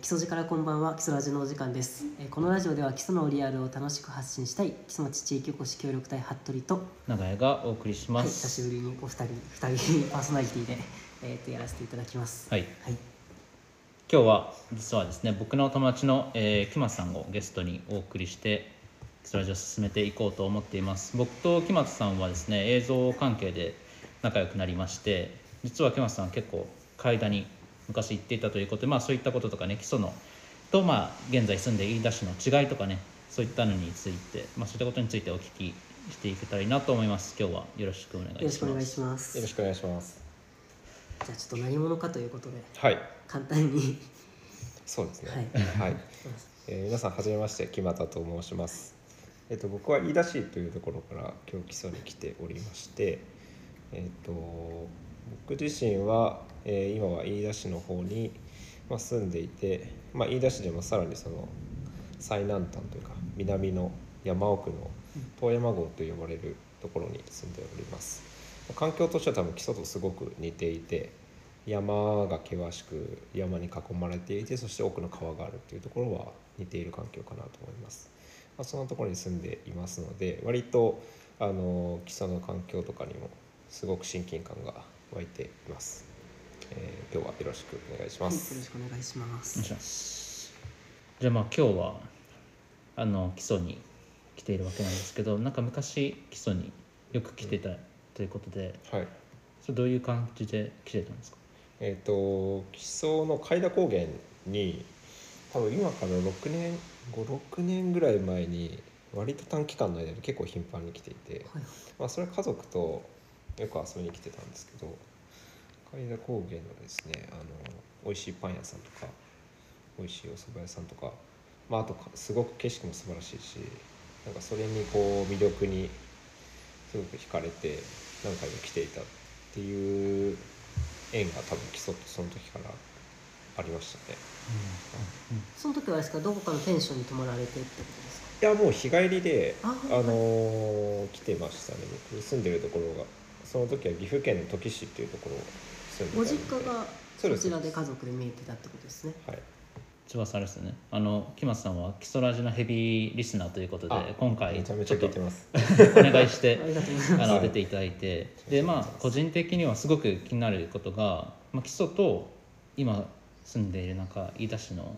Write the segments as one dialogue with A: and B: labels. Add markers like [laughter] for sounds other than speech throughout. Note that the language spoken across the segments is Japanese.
A: 基礎からこんばんは基礎ラジのお時間です、えーこのラジオでは基礎のリアルを楽しく発信したい基礎町地域おこし協力隊服部と、
B: 長屋がお送りし
A: はい、
B: ま
A: 久し
B: す。
A: ぶりにお二人二人パーソナリティで、 [laughs] えー、とやらせていただきます
B: はい、
A: はい
B: 今日は実はですね、僕の友達の、えー、木松さんをゲストにお送りして、スラジオを進めていこうと思っています。僕と木松さんはですね、映像関係で仲良くなりまして、実は木松さんは結構階段に昔行っていたということで、まあそういったこととかね、基礎のとまあ現在住んでいる飯田市の違いとかね、そういったのについて、まあそういったことについてお聞きしていけたらいいなと思います。今日はよろしくお願いします。
A: よろしくお願いします
C: よろしくお願いします。
A: じゃあちょっと何者かということで
C: はい、
A: 簡単に
C: そうですね。
A: はい
C: はい、えー皆さんはじめまして、木俣と申します。えっ、と僕は飯田市というところから今日基礎に来ておりまして、えっ、と僕自身は、えー今は飯田市の方にまあ住んでいて、まあ飯田市でもさらにその最南端というか南の山奥の遠山郷と呼ばれるところに住んでおります。環境としては多分基礎とすごく似ていて山が険しく山に囲まれていてそして多くの川があるっていうところは似ている環境かなと思います、まあ、そのところに住んでいますので割とあの基礎の環境とかにもすごく親近感が湧いています、えー今日はよろしくお願いし
A: は
C: ま
A: いよ
C: す、
A: ろしくお願いしま
B: お願い
A: す
B: しますじゃあまあ今日はあの基礎に来ているわけなんですけどなんか昔基礎によく来てたということで
C: はい
B: それどういう感じで来てたんですか
C: えっ、と木曽の開田高原に多分今から6年56年ぐらい前に割と短期間の間に結構頻繁に来ていて、
A: はい
C: まあ、それは家族とよく遊びに来てたんですけど開田高原のですねあの美味しいパン屋さんとか美味しいお蕎麦屋さんとか、まあ、あとかすごく景色も素晴らしいしなんかそれにこう魅力にすごく惹かれて何回も来ていたっていう縁が多分基礎とその時からありましたね
A: その時はあれですかどこかのペンションに泊まられてってことですか
C: いやもう日帰りで
A: あ
C: あ
A: はい
C: のー来てましたね僕住んでるところがその時は岐阜県の土岐市っていうところを住んで
A: ご
C: た
A: 実
C: ので
A: 家が
C: そう
A: そ
C: です
A: ちらで家族で見えてたってことですね
C: はい
B: 一番あれですよねあの木松さんは基礎ラジのヘビーリスナーということで今回
C: め
B: ち
C: ち
B: ょ
C: ゃ
B: っ
C: めちゃ聞いて
B: と
C: ます
B: お願いし
A: あ
B: て
A: りがとうござい
B: あ
A: ます
B: の
C: はい
B: 出ていただいて
C: は
B: で
C: い
B: まあ個人的にはすごく気になることが、まあ、基礎と今住んでいるなんか飯田市の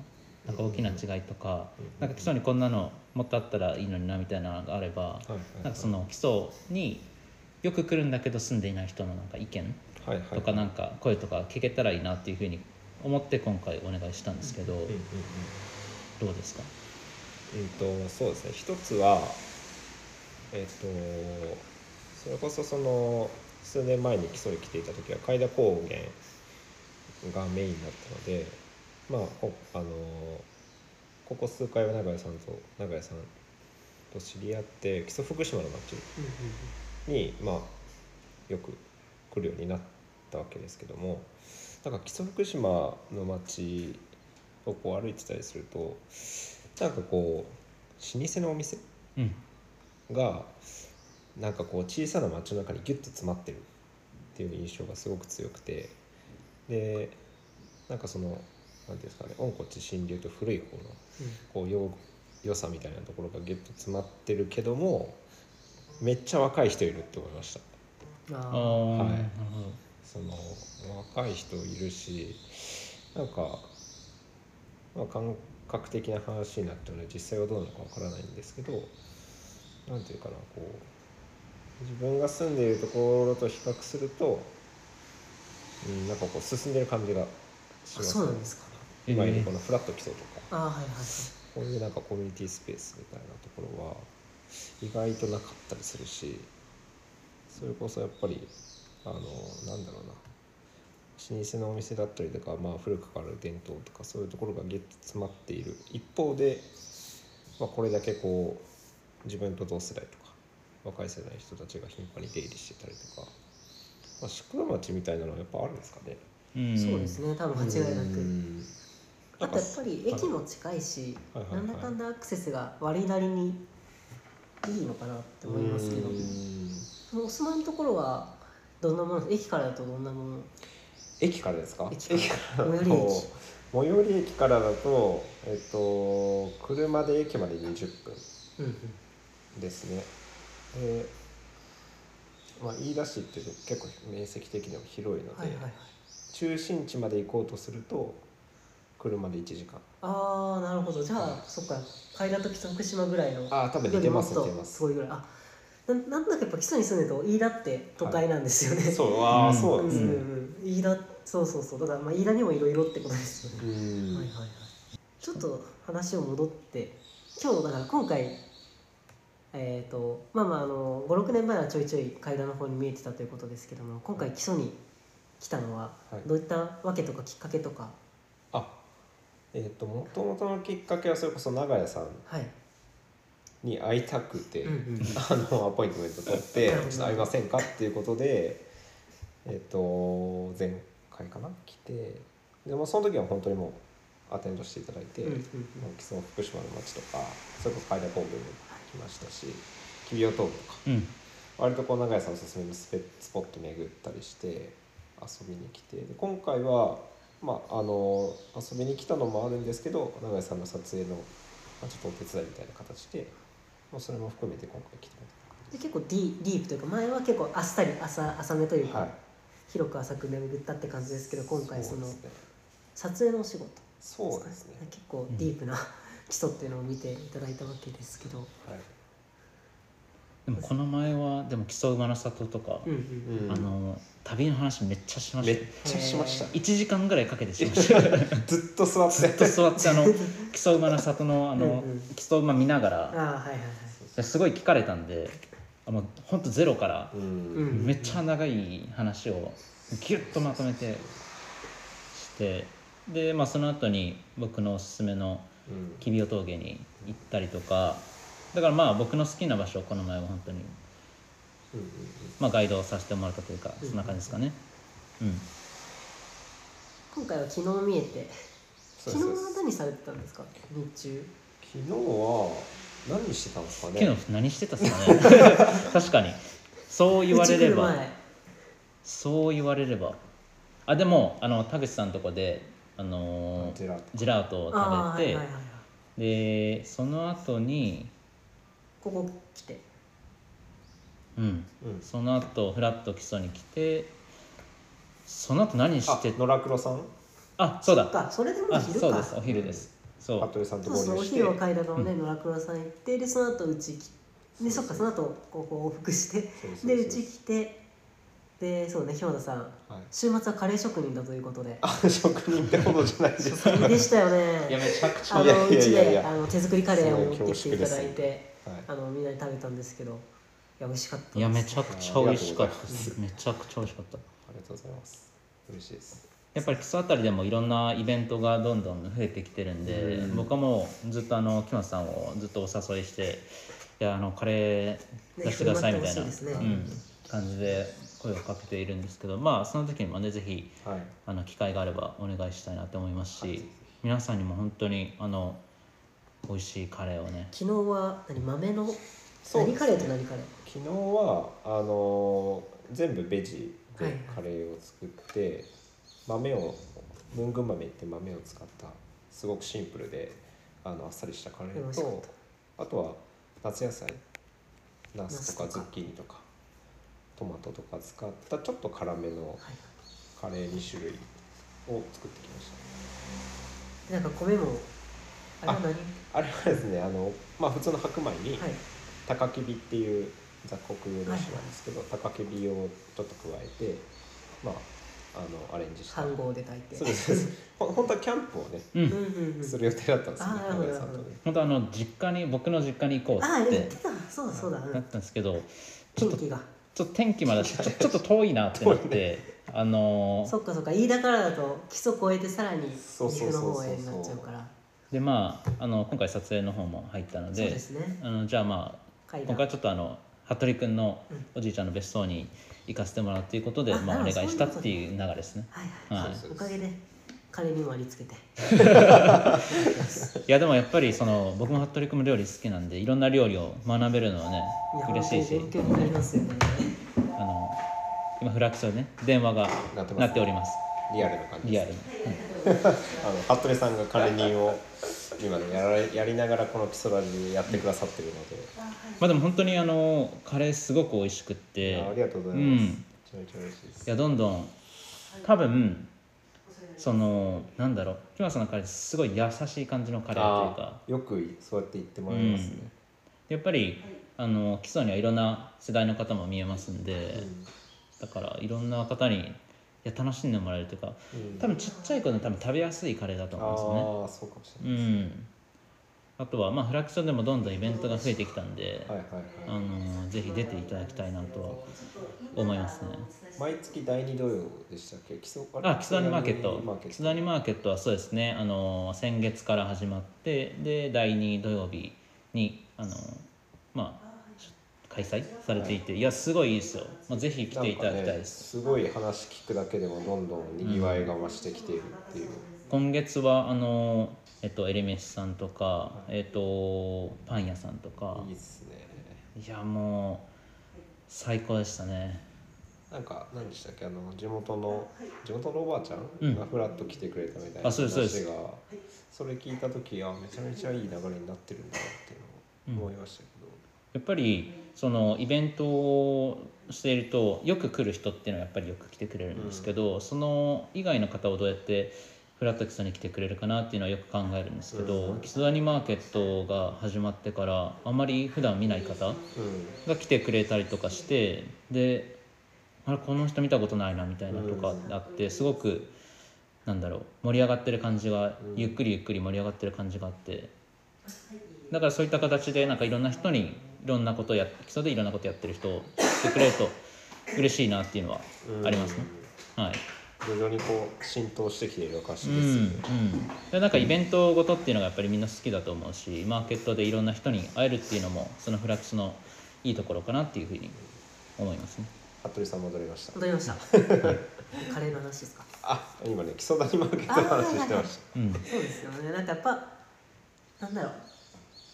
B: なんか大きな違いとか、
C: うんうん
B: なんか基礎にこんなのもっとあったらいいのになみたいなのがあれば、
C: はい
B: なんかその基礎によく来るんだけど住んでいない人のなんか意見
C: はいはい
B: とかなんか声とか聞けたらいいなっていうふうに思って今回お願いしたんですけど、
C: うんうん
B: どうですか、
C: うん、うんとそうですね一つはえっ、とそれこそその数年前に基礎に来ていた時は開田高原がメインだったのでまあほあのここ数回は永井さんと永井さんと知り合って基礎福島の町
A: うんうんうん
C: に、まあ、よく来るようになったわけですけどもなんか木曽福島の街をこう歩いてたりするとなんかこう老舗のお店
B: うん
C: がなんかこう小さな街の中にギュッと詰まってるっていう印象がすごく強くてでなんかその何ていうんですかね温故知新流と古い方のこうよ良さみたいなところがギュッと詰まってるけどもめっちゃ若い人いるって思いました
A: うん
B: あ
A: あー
B: ー
C: はい
B: なるほど
C: その若い人いるしなんか、まあ、感覚的な話になってるので実際はどうなのかわからないんですけどなんていうかなこう自分が住んでいるところと比較すると、うん、なんかこう進んでる感じがし
A: あ
C: ます、
A: そうなんですか
C: 今い
B: え
C: る
B: ー
C: このフラット基礎とか。
A: あーはいはいはい
C: こういうなんかコミュニティスペースみたいなところは意外となかったりするしそれこそやっぱりあのなんだろうな老舗のお店だったりとか、まあ、古くからある伝統とかそういうところがギュッと詰まっている一方で、まあ、これだけこう自分と同世代とか若い世代の人たちが頻繁に出入りしてたりとか、まあ、宿場町みたいなのはやっぱあるんですかね。
B: うん
A: そうですね多分間違いな
C: う
A: く
C: ん
A: あとやっぱり駅も近いし
C: はいはい
A: な
C: はい
A: んだかんだアクセスが割りなりにいいのかなって思いますけど
C: うん
A: そのお住まいのところはどんなもの駅からだとどんなもの
C: 駅からですか
A: 駅から
C: 駅からだと
A: 最寄り駅
C: [laughs] 最寄り駅からだと、えっと、車で駅まで20分
A: うんうん
C: ですね。で、まあ、飯田市って結構面積的にも広いので、
A: はいはいはい
C: 中心地まで行こうとすると車で1時間
A: ああなるほどじゃあそっか帰らときと福島ぐらいの
C: ああ多分似てます似て
A: もっ
C: ま
A: と
C: す
A: ごいぐらいあななんとなくやっぱ基礎に住んでると飯田って都会なんですよね、
C: そうああ
B: うん
C: そううんで
A: う
C: す
A: ん
C: ね
A: うん飯田そうそうそうだからまあ飯田にもいろいろってことですよね
C: う、ん
A: はいはいはいちょっと話を戻って今日だから今回えっ、とまあまああの56年前はちょいちょい階段の方に見えてたということですけども今回基礎に来たのは
C: はい
A: どういったわけとかきっかけとか
C: あえっ、ともともとのきっかけはそれこそ長屋さん
A: はい、
C: に会いたくて、
A: うんうん
C: あのアポイントメント取って「ち
A: な
C: ょ
A: るほど
C: っと会いませんか?」っていうことでえっ、と前回かな来てでもその時は本当にもうアテンドしていただいて、
A: うんうん
C: もう基礎福島の町とかそれこそ海田神戸も来ましたし企業東部とか
B: うん
C: 割とこう永井さんおすすめのスペスポット巡ったりして遊びに来てで今回は、まあ、あの遊びに来たのもあるんですけど永井さんの撮影の、まあ、ちょっとお手伝いみたいな形で、まあ、それも含めて今回来ても
A: で結構ディディープというか前は結構あっさり浅浅めというか、
C: らって、はい、
A: 広く浅く巡ったって感じですけど今回その
C: そうですね
A: 撮影のお仕事
C: そうですね、
A: 結構ディープな基礎っていうのを見ていただいたわけですけど、
C: はい
B: でもこの前はでも木曽馬の里とか、
A: うんうん
C: うん
B: あの旅の話めっちゃしま
C: め
B: し
C: った
B: よ
C: ちゃしました
B: 1時間ぐらいかけてし
A: [laughs]
B: ましたよ
C: ずっと座って
B: ずっと座ってあの木曽馬の里のあの
A: うんうん
B: 木曽馬見ながら
A: ああはいはいはい
B: すごい聞かれたんであもうほんとゼロから
C: うん、
A: うん
B: めっちゃ長い話をギュッとまとめてしてで、まあ、その後に僕のおすすめの
C: うん
B: 吉備峠に行ったりとかだからまあ僕の好きな場所をこの前は本当に、
C: うんうん
B: まあ、ガイドをさせてもらったというか
A: うん
B: そんな感じですかね。うん
A: 今回は昨日見えて
C: そう
A: 昨
C: で
A: 日
C: すそう
A: は
C: です
A: 何されてたんですか日中
C: 昨日は何してたんですかね
B: 昨日何してたっすかね確かにそう言われれ
A: うち来る
B: ば
A: 前
B: そう言われればあでもあの田口さんのとこで、あのー
C: ジェラート
B: ジェラート
A: あ
B: を
A: あ
B: 食べて、
A: はいはいはいはい
B: でその後に
A: ここ来て
B: うん
C: うん
B: その後フラッと基礎に来てその後何して
C: あ野良黒さん
B: あそうだ
A: かそれでもう
B: あ
A: 昼
B: そう
A: か
B: ですお昼です、そ
C: 服
B: う
C: 部さんと
A: そうそう
C: 合
A: お
C: 流して
A: 昼は階段のね野良倉さん行ってでその後うち来てでそっかその後ここ往復して
C: そうそうそう
A: でうち来てでそうね兵田さん
C: はい
A: 週末はカレー職人だということで
C: あ職人ってほどじゃないです
A: 大変でしたよ
B: いや
A: ね
B: めちゃくちゃ
A: あ
C: いや
A: の
C: いうや
A: ち
C: いやい
A: で
C: や
A: あの手作りカレーを持ってきていただ
C: す
A: い
C: ごい恐縮
A: て
C: はい
A: あのみんなで食べたんですけどいや美味しかったです
B: いやめちゃくちゃ美味しかっ
C: ありがとうございます
B: ためちゃくちゃ美味しかった
C: ありがとうございます嬉しいです
B: やっぱり基礎あたりでもいろんなイベントがどんどん増えてきてるんで、
C: うん
B: 僕はもうずっとあの木松さんをずっとお誘いして「いやあのカレー出してください」みたいな、
A: ね振る
B: う
A: 舞ってほしい
B: ん、感じで声をかけているんですけどまあその時にもねぜひ
C: はい
B: あの機会があればお願いしたいなと思います
C: はいぜ
B: し
C: ひ
B: 皆さんにも本当にあの美味しいカレーをね
A: 昨日は何豆の
C: そう
A: 何
C: です
A: カ
C: ね
A: レーと何カレー
C: 昨日はあのー全部ベジ
A: はい
C: でカレーを作って豆を文群豆って豆を使ったすごくシンプルであのあっさりしたカレ
A: 美
C: ー
A: 味しかっ
C: とあとは夏野菜ナスと
A: ナ
C: か
A: ス
C: ズ
A: とか
C: ッキーニとかトマトとか使ったちょっと辛めの
A: はい
C: カレー2種類を作ってきました
A: でなんか米もあれは何
C: あれはですねあの、まあ、普通の白米に
A: はい
C: 高きびっていう雑穀用の種なんですけど、高きびをちょっと加えて、まあ、あのアレンジした
A: 半合で炊いて
C: そうですそうですほん本当はキャンプをね
B: うん
A: うんうんうん
C: する予定だったんですよね
A: あーなるほど
C: 永井さんとね
B: 本当あの実家に僕の実家に行こう
A: ああ
B: っ
A: 言っててたそうだそうだ、うん
B: なったんですけどちょ
A: 天
B: っと
A: 気が
B: ちょっと天気までちょちょちょっと遠いなってなって、あのー
A: そっかそっか飯田からだと基礎越えてさらに岐
C: そう
A: 阜
C: そう
A: の
C: そうそう
A: 方へになっちゃうから
B: でまああの今回撮影の方も入ったの
A: そう
B: で
A: ですね
B: あのじゃあまあ
A: 階
B: 今
A: 段
B: 回はちょっとあの服部君の
A: うん
B: おじいちゃんの別荘に行かせてもらうということで、
A: あ
B: まあ、
A: な
B: お
A: る
B: 願
A: ほ
B: い
A: ど
B: したっていう流れですね
A: はいはい、
B: はい
A: おかげで彼にもありつけて
B: いやでもやっぱりその僕も服部君も料理好きなんでいろんな料理を学べるのはね
A: いや
B: 嬉しいし
A: 本当に勉強になりますよね
B: あの今フラックスでね電話が
C: なってます
B: なっております
C: リアルな感じ
B: リ
C: で
B: ア
C: す
B: ル
C: ね
B: に
C: あの服部さんが管理人を今ねやられやりながらこの基礎ラジでやってくださってるので、
B: まあでも本当にあのカレーすごく美味しくっ
C: い
B: て
C: やありがとうございます、
B: うん
C: めちゃめちゃ嬉しいです
B: いやどんどん多分そのなんだろう木村さんのカレーすごい優しい感じのカレーというか
C: あーよくそうやって言ってもらいますね、
B: やっぱりあの基礎にはいろんな世代の方も見えますんで、だからいろんな方にいや楽しんでもらえるというか
C: うん
B: 多分ちっちゃい子でも多分食べやすいカレーだと思うんですよね
C: ああそうかもしれ
B: う
C: ない、
B: ん、あとは、まあ、フラクションでもどんどんイベントが増えてきたんで、
C: はいはい
B: あ
C: はい
B: のぜひ出ていただきたいなとは思いますね。
C: 毎月第二土曜でしたっけ基礎から
B: あ、キスダニマーケット
C: 基礎谷マーケッ。ト
B: キスダニマーケットはそうですね、あの先月から始まって、で、第2土曜日に、あのまあ、開催されていて、いや、すごいいいですよ。まあ、ぜひ来ていただきたいです。
C: なんかね、すごい話聞くだけでもどんどんにぎわいが増してきているっていう、
B: 今月は、あのえっと、エレメシさんとか、えっと、パン屋さんとか
C: いい、ですね
B: いや、もう、最高でしたね。
C: なんか何でしたっけあの地元の地元のおばあちゃ
B: うん
C: んがフラッと来てくれたみたいな
B: あそうですそうです
C: 話がそれ聞いた時あめちゃめちゃいい流れになってるんだなっていうのを思いましたけど、
B: やっぱりそのイベントをしているとよく来る人っていうのはやっぱりよく来てくれるんですけど、その以外の方をどうやってフラットキスに来てくれるかなっていうのはよく考えるんですけど、
C: うん
B: キスダニマーケットが始まってからあまり普段見ない方
C: うん
B: が来てくれたりとかしてであれこの人見たことないなみたいなとかあって、すごくなんだろう盛り上がってる感じが、
C: うん
B: ゆっくりゆっくり盛り上がってる感じがあってだからそういった形でなんかいろんな人にいろんなことをやっ基礎でいろんなことやってる人を知ってくれると嬉しいなっていうのはありますね。はい
C: 徐々にこう浸透してきている証
B: うんう
C: ですよね、
B: ん、でなんかイベントごとっていうのがやっぱりみんな好きだと思うしマーケットでいろんな人に会えるっていうのもそのフラックスのいいところかなっていうふうに思いますね。
C: 服部さん戻りました
A: 戻りましたカレーの話ですか
C: あ今ね基礎谷マーケットの話してまし
B: うん
A: そうですよねなんかやっぱなんだろう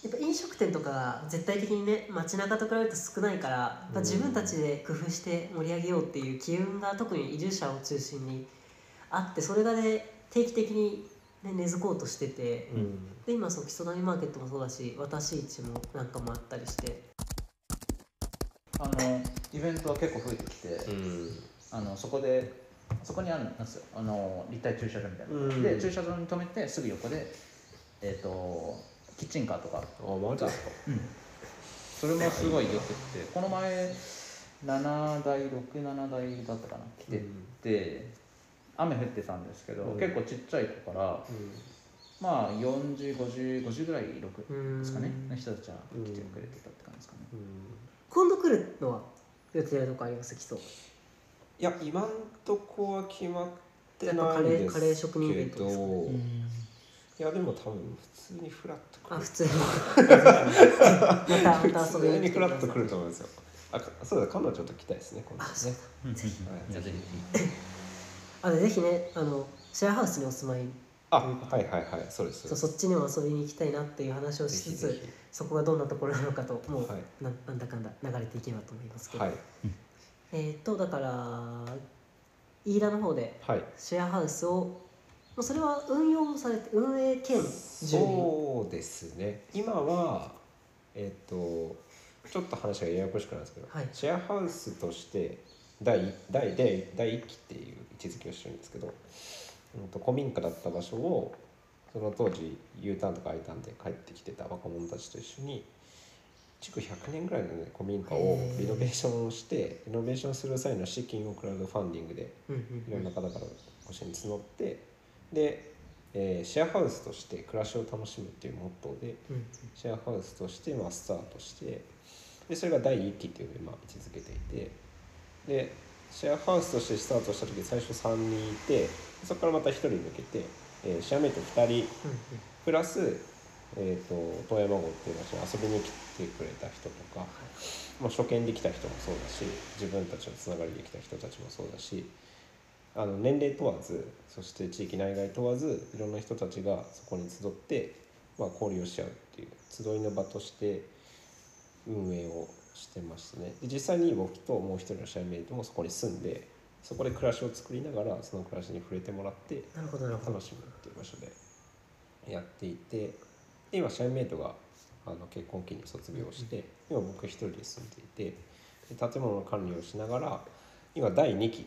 A: やっぱ飲食店とかが絶対的にね街中と比べると少ないからやっぱ自分たちで工夫して盛り上げようっていう機運が特に移住者を中心にあってそれがね定期的に、ね、根付こうとしてて、
C: た、うん
A: で今その基礎谷マーケットもそうだし私市もなんかもあったりして
B: あのイベントは結構増えてきて、あのそこでそこにあるんですよあの立体駐車場みたいな、
C: うん
B: で駐車場に止めてすぐ横で、えー、とキッチンカーとか
C: あマジですか
B: それもすごいよくってこの前7台67台だったかな来てて、雨降ってたんですけど、
C: うん
B: 結構ちっちゃい子からまあ4050ぐらい6ですかね
A: うん
B: の人たちは来てくれてたって感じですかね、
C: うんうん
A: 今度来るのは予定とかあります基礎
C: いや今んとこは決まって
A: やっぱ
C: な
A: カ
C: い
A: レー
C: で
A: カレー
C: す
A: 職人イベ
C: け
A: ントですか
C: どいやでも多分普通にフラッと
A: あ
C: 来る
A: 普
C: [laughs]
A: 通にまたまた
C: 普
A: 遊び
C: 通
A: に
C: に
A: 来てく
C: フ
A: だ
C: ラ
A: さ
C: ッと来
A: い
C: ると思うんですよあかそうだ彼女と来たいですね今度
A: あそう
C: ね
B: うん
A: ぜひ
B: じゃあぜひ
A: あのぜひねあのシェアハウスにお住まい
C: あはいはいはいそうです
A: そうそっちにも遊びに行きたいなっていう話をし
C: ぜ
A: つ
C: ひ
A: つ
C: ぜ
A: そこがどんなところなのかともう、
C: はい
A: ななんだかんだ流れていけばと思いますけ
C: ひ
A: ど、
C: はい
A: えーっとだから飯田の方で
C: はい
A: シェアハウスをもうそれは運用もされて運営兼住民
C: そうですね今はえっ、とちょっと話がややこしくなるんですけど、
A: はい
C: シェアハウスとして第一第第第一期っていう位置づけをしてるんですけど、うん、と古民家だった場所をその当時 U ターンとか I ターンで帰ってきてた若者たちと一緒に築100年ぐらいの、ね、古民家をリノベーションをしてリノベーションする際の資金をクラウドファンディングで
A: うん
C: い
A: うん
C: ろ
A: うんん
C: な方からご支援募ってで、えーシェアハウスとして暮らしを楽しむっていうモットーで
A: うん
C: シェアハウスとしてまあスタートしてでそれが第1期というのにまあ位置づけていてでシェアハウスとしてスタートした時最初3人いてそこからまた1人抜けて、えーシェアメイト2人
A: う
C: プラス、えー、と遠山郷っていう場所に遊びに来てくれた人とか、まあ、初見できた人もそうだし自分たちのつながりできた人たちもそうだしあの年齢問わずそして地域内外問わずいろんな人たちがそこに集って、まあ、交流し合うっていう集いの場として運営をしてましたねで実際に僕ともう一人の社員メイトもそこに住んでそこで暮らしを作りながらその暮らしに触れてもらって
A: なるほどなるほど
C: 楽しむっていう場所でやっていてで今社員メイトがあの結婚期に卒業して今僕一人で住んでいてで建物の管理をしながら今第2期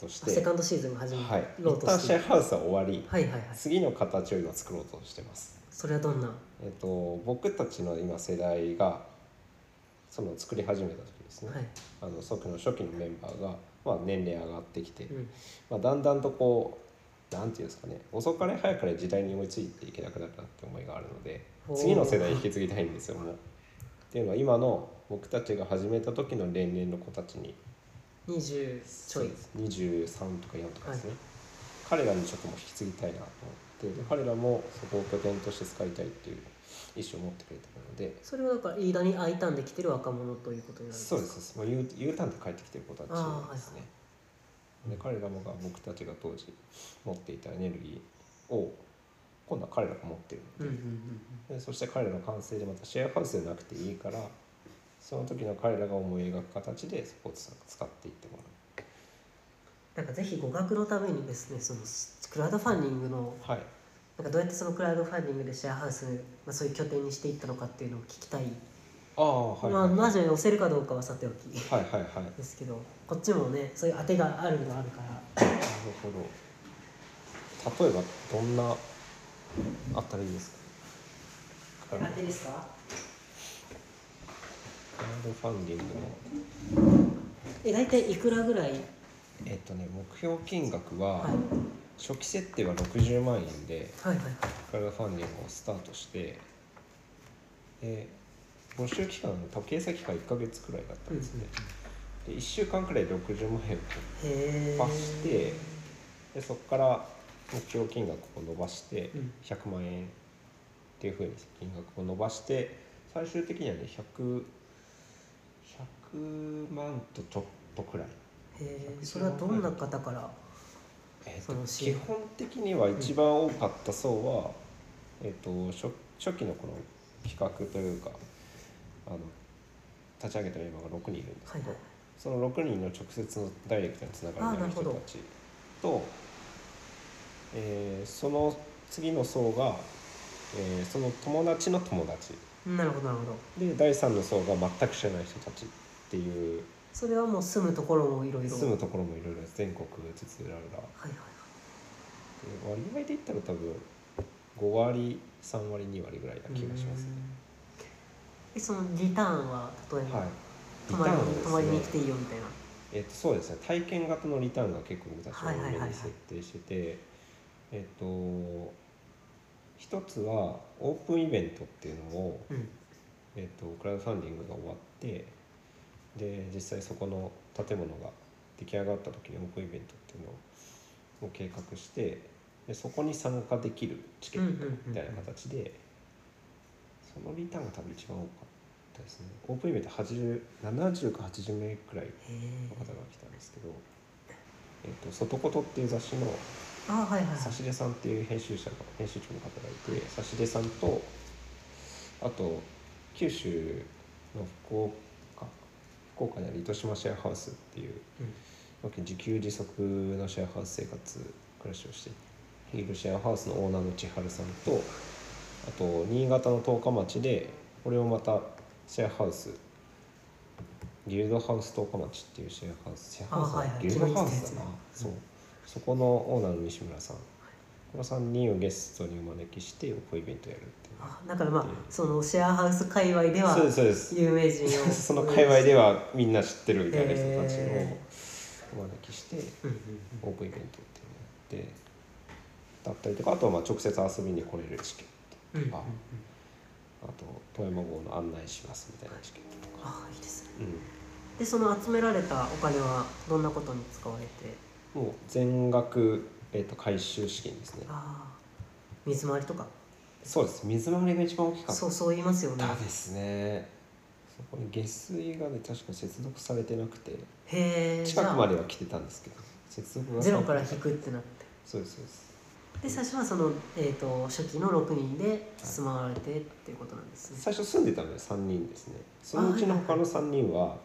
C: とし
A: あ
C: て
A: セカンドシーズンも始め
C: はい、
A: ろう
C: 一
A: と
C: 旦
A: し
C: シェ
A: て
C: アハウスは終わり、
A: はいはいはい
C: 次の形を今作ろうとしてます、
A: それはどんな
C: えっと僕たちの今世代がその作り始めた時ですね、
A: はい、
C: あの即の初期のメンバーが、まあ、年齢上がってきて、
A: うん、
C: まあ、だんだんとこうなんていうんですかね遅かれ早かれ時代に追いついていけなくなったって思いがあるので
A: ほう
C: 次の世代引き継ぎたいんですよもう。っていうのは今の僕たちが始めた時の年齢の子たちに
A: 20ちょい
C: 23とか4とかですね、彼らにちょっともう引き継ぎたいなと思ってで彼らもそこを拠点として使いたいっていう意思を持ってくれてるので、
A: それはだから飯田に I ターンで来てる若者ということになるんです
C: そうですそうです、まあ、U, U ターンで帰ってきてる子たちですね、で彼らもが僕たちが当時持っていたエネルギーを今度は彼らが持ってる
A: うん
C: の
A: うん
C: で,、
A: う
C: でそして彼らの完成でまたシェアハウスじゃなくていいからその時の彼らが思い描く形でそこをつ使っていってもらう。
A: ん、なんかぜひ語学のためにですねそのクラウドファンディングの
C: はい
A: なんかどうやってそのクラウドファンディングでシェアハウス、まあ、そういう拠点にしていったのかっていうのを聞きたい、
C: ああはい
A: ま
C: は
A: あ
C: いはい
A: ラジオに載せるかどうかはさておき
C: はいはいはい。なる
A: ですけどこっちもねそういう当てがあるのはあるから
C: ほど。例えばどんなあったらいいですか。クラウ
A: ですか
C: ドファンディングの
A: え大体いくらぐらい
C: えっとね目標金額
A: は、
C: はい初期設定は60万円で
A: はいはいはい
C: クラウドファンディングをスタートして、で募集期間多分計算期間1ヶ月くらいだったんですね。で1週間くらい60万円
A: へ
C: を
A: え
C: 伸ばしてでそこから目標金額を伸ばして
A: うん
C: 100万円っていうふうに金額を伸ばして最終的にはね 100, 100万とちょっとくらい、
A: へえそれはどんな方から
C: えー
A: そ
C: と
A: の支
C: 基
A: 援
C: 本的には一番多かった層は、えー、と初初期のこの企画というかあの立ち上げたメンバーが6人いるんで
A: は
C: すけ
A: い
C: ど、
A: はい
C: その6人の直接のダイレクトにつながりのある人たちと、えーその次の層が、えーその友達の友達
A: うんなるほどなるほど
C: で第3の層が全く知らない人たちっていう
A: それはもう住むところもいろいろ
C: 住むところもいろいろ全国津々浦々で
A: はいはいはい
C: 割合で言ったら多分5割3割2割ぐらいな気がしますね。
A: えそのリターンは例えば、
C: はい
A: 泊まりに泊まりに来
C: て
A: ていいよみたいな
C: えっと、そうですね体験型のリターンが結構僕たちは
A: はいはいはい
C: 多
A: は
C: め
A: い
C: に設定しててえっと一つはオープンイベントっていうのを、
A: うん
C: えっと、クラウドファンディングが終わってで実際そこの建物が出来上がった時にオープンイベントっていうのを計画してでそこに参加できるチケ
A: うんう
C: ッ
A: ん
C: ト
A: うん
C: みたいな形で、そのリターンが多分一番多かったですねオープンイベント80 70か80名くらい
A: へえ
C: の方が来たんですけど「えっと外こと」っていう雑誌の
A: あはいはいはい
C: 差出さんっていう編集者の編集長の方がいて差出さんとあと九州の福岡福岡にある糸島シェアハウスっていう自給自足のシェアハウス生活暮らしをしているシェアハウスのオーナーの千春さんとあと新潟の十日町でこれをまたシェアハウスギルドハウス十日町っていうシェアハウスシェアハウスだ
A: あはいはい
C: ギルドハウスだ
A: 昨日言ってた
C: な
A: や
C: そうそこのオーナーの西村さんこの3人をゲストにお招きしてオープンイベントやるっていう
A: あだからまあそのシェアハウス界隈では
C: そうですそうです
A: 有名人を
C: [laughs] その界隈ではみんな知ってるみたいな人たち
A: へ
C: をお招きして
A: うんうん
C: オープンイベントっていうのをやってだったりとかあとはまあ直接遊びに来れるチケ
A: うんう
C: ッ
A: ん
C: トとか、あと富山号の案内しますみたいなチケットとか、
A: あいいですね
C: う
A: でその集められたお金はどんなことに使われて
C: ん、もう全額、えー、と回収資金ですね
A: ああ水回りとか
C: そうです水回りが一番大きかっ
A: そうそう言いますよね
C: たですねそこに下水がね確か接続されてなくて
A: へえ
C: 近くまでは来てたんですけど接続が
A: ゼロから引くってなって
C: そうですそうです
A: で最初はその、えー、と初期の6人で住まわれてっていうことなんですね、
C: 最初住んでたので3人ですねそのうちの他の3人は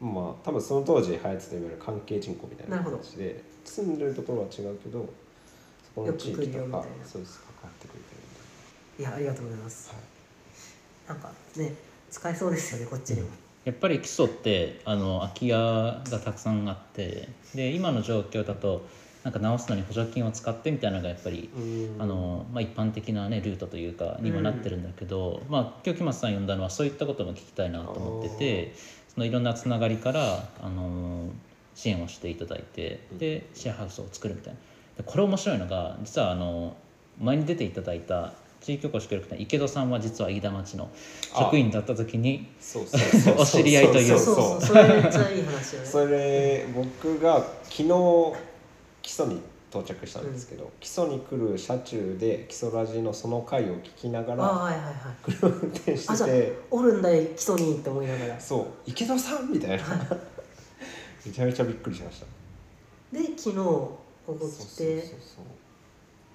C: まあ多分その当時流行ってたいわゆる関係人口みたいな
A: なるほ
C: 感
A: ど
C: じで住んでるところは違うけどそこの地
A: よ
C: 域と
A: く来るよみたい
C: か
A: な
C: そうです関わってくれてるん
A: い
C: で
A: やありがとうございますなんかね使えそうですよねこっちでも
B: やっぱり基礎ってあの空き家がたくさんあってで今の状況だとなんか直すのに補助金を使ってみたいなのがやっぱり
C: はい
B: あのまあ、一般的な、ね、ルートというかにもなってるんだけど、まあ、今日木松さん呼んだのはそういったことも聞きたいなと思っててそのいろんなつながりから、あの支援をしていただいてでシェアハウスを作るみたいなでこれ面白いのが実はあの前に出ていただいた地域おこし協力隊池戸さんは実は飯田町の職員だった時に
C: そうそうそう
B: お知り合いとい
C: そう
A: そう
C: そ
A: そううそ
C: そ
A: ううそれめっちゃいい話よね
C: それ僕が昨日基礎に到着したんですけど、基礎に来る車中で基礎ラジのその回を聞きなが
A: ああ
C: ら
A: はいはいはい
C: 車を運転
A: あ
C: し
A: じ
C: て
A: ゃあ
C: て
A: おるんだい基礎にって思いながら
C: そう池田さんみたいなめちゃめちゃびっくりしました
A: で昨日ここ
C: そうそう
A: 来
C: そう
A: て
C: そ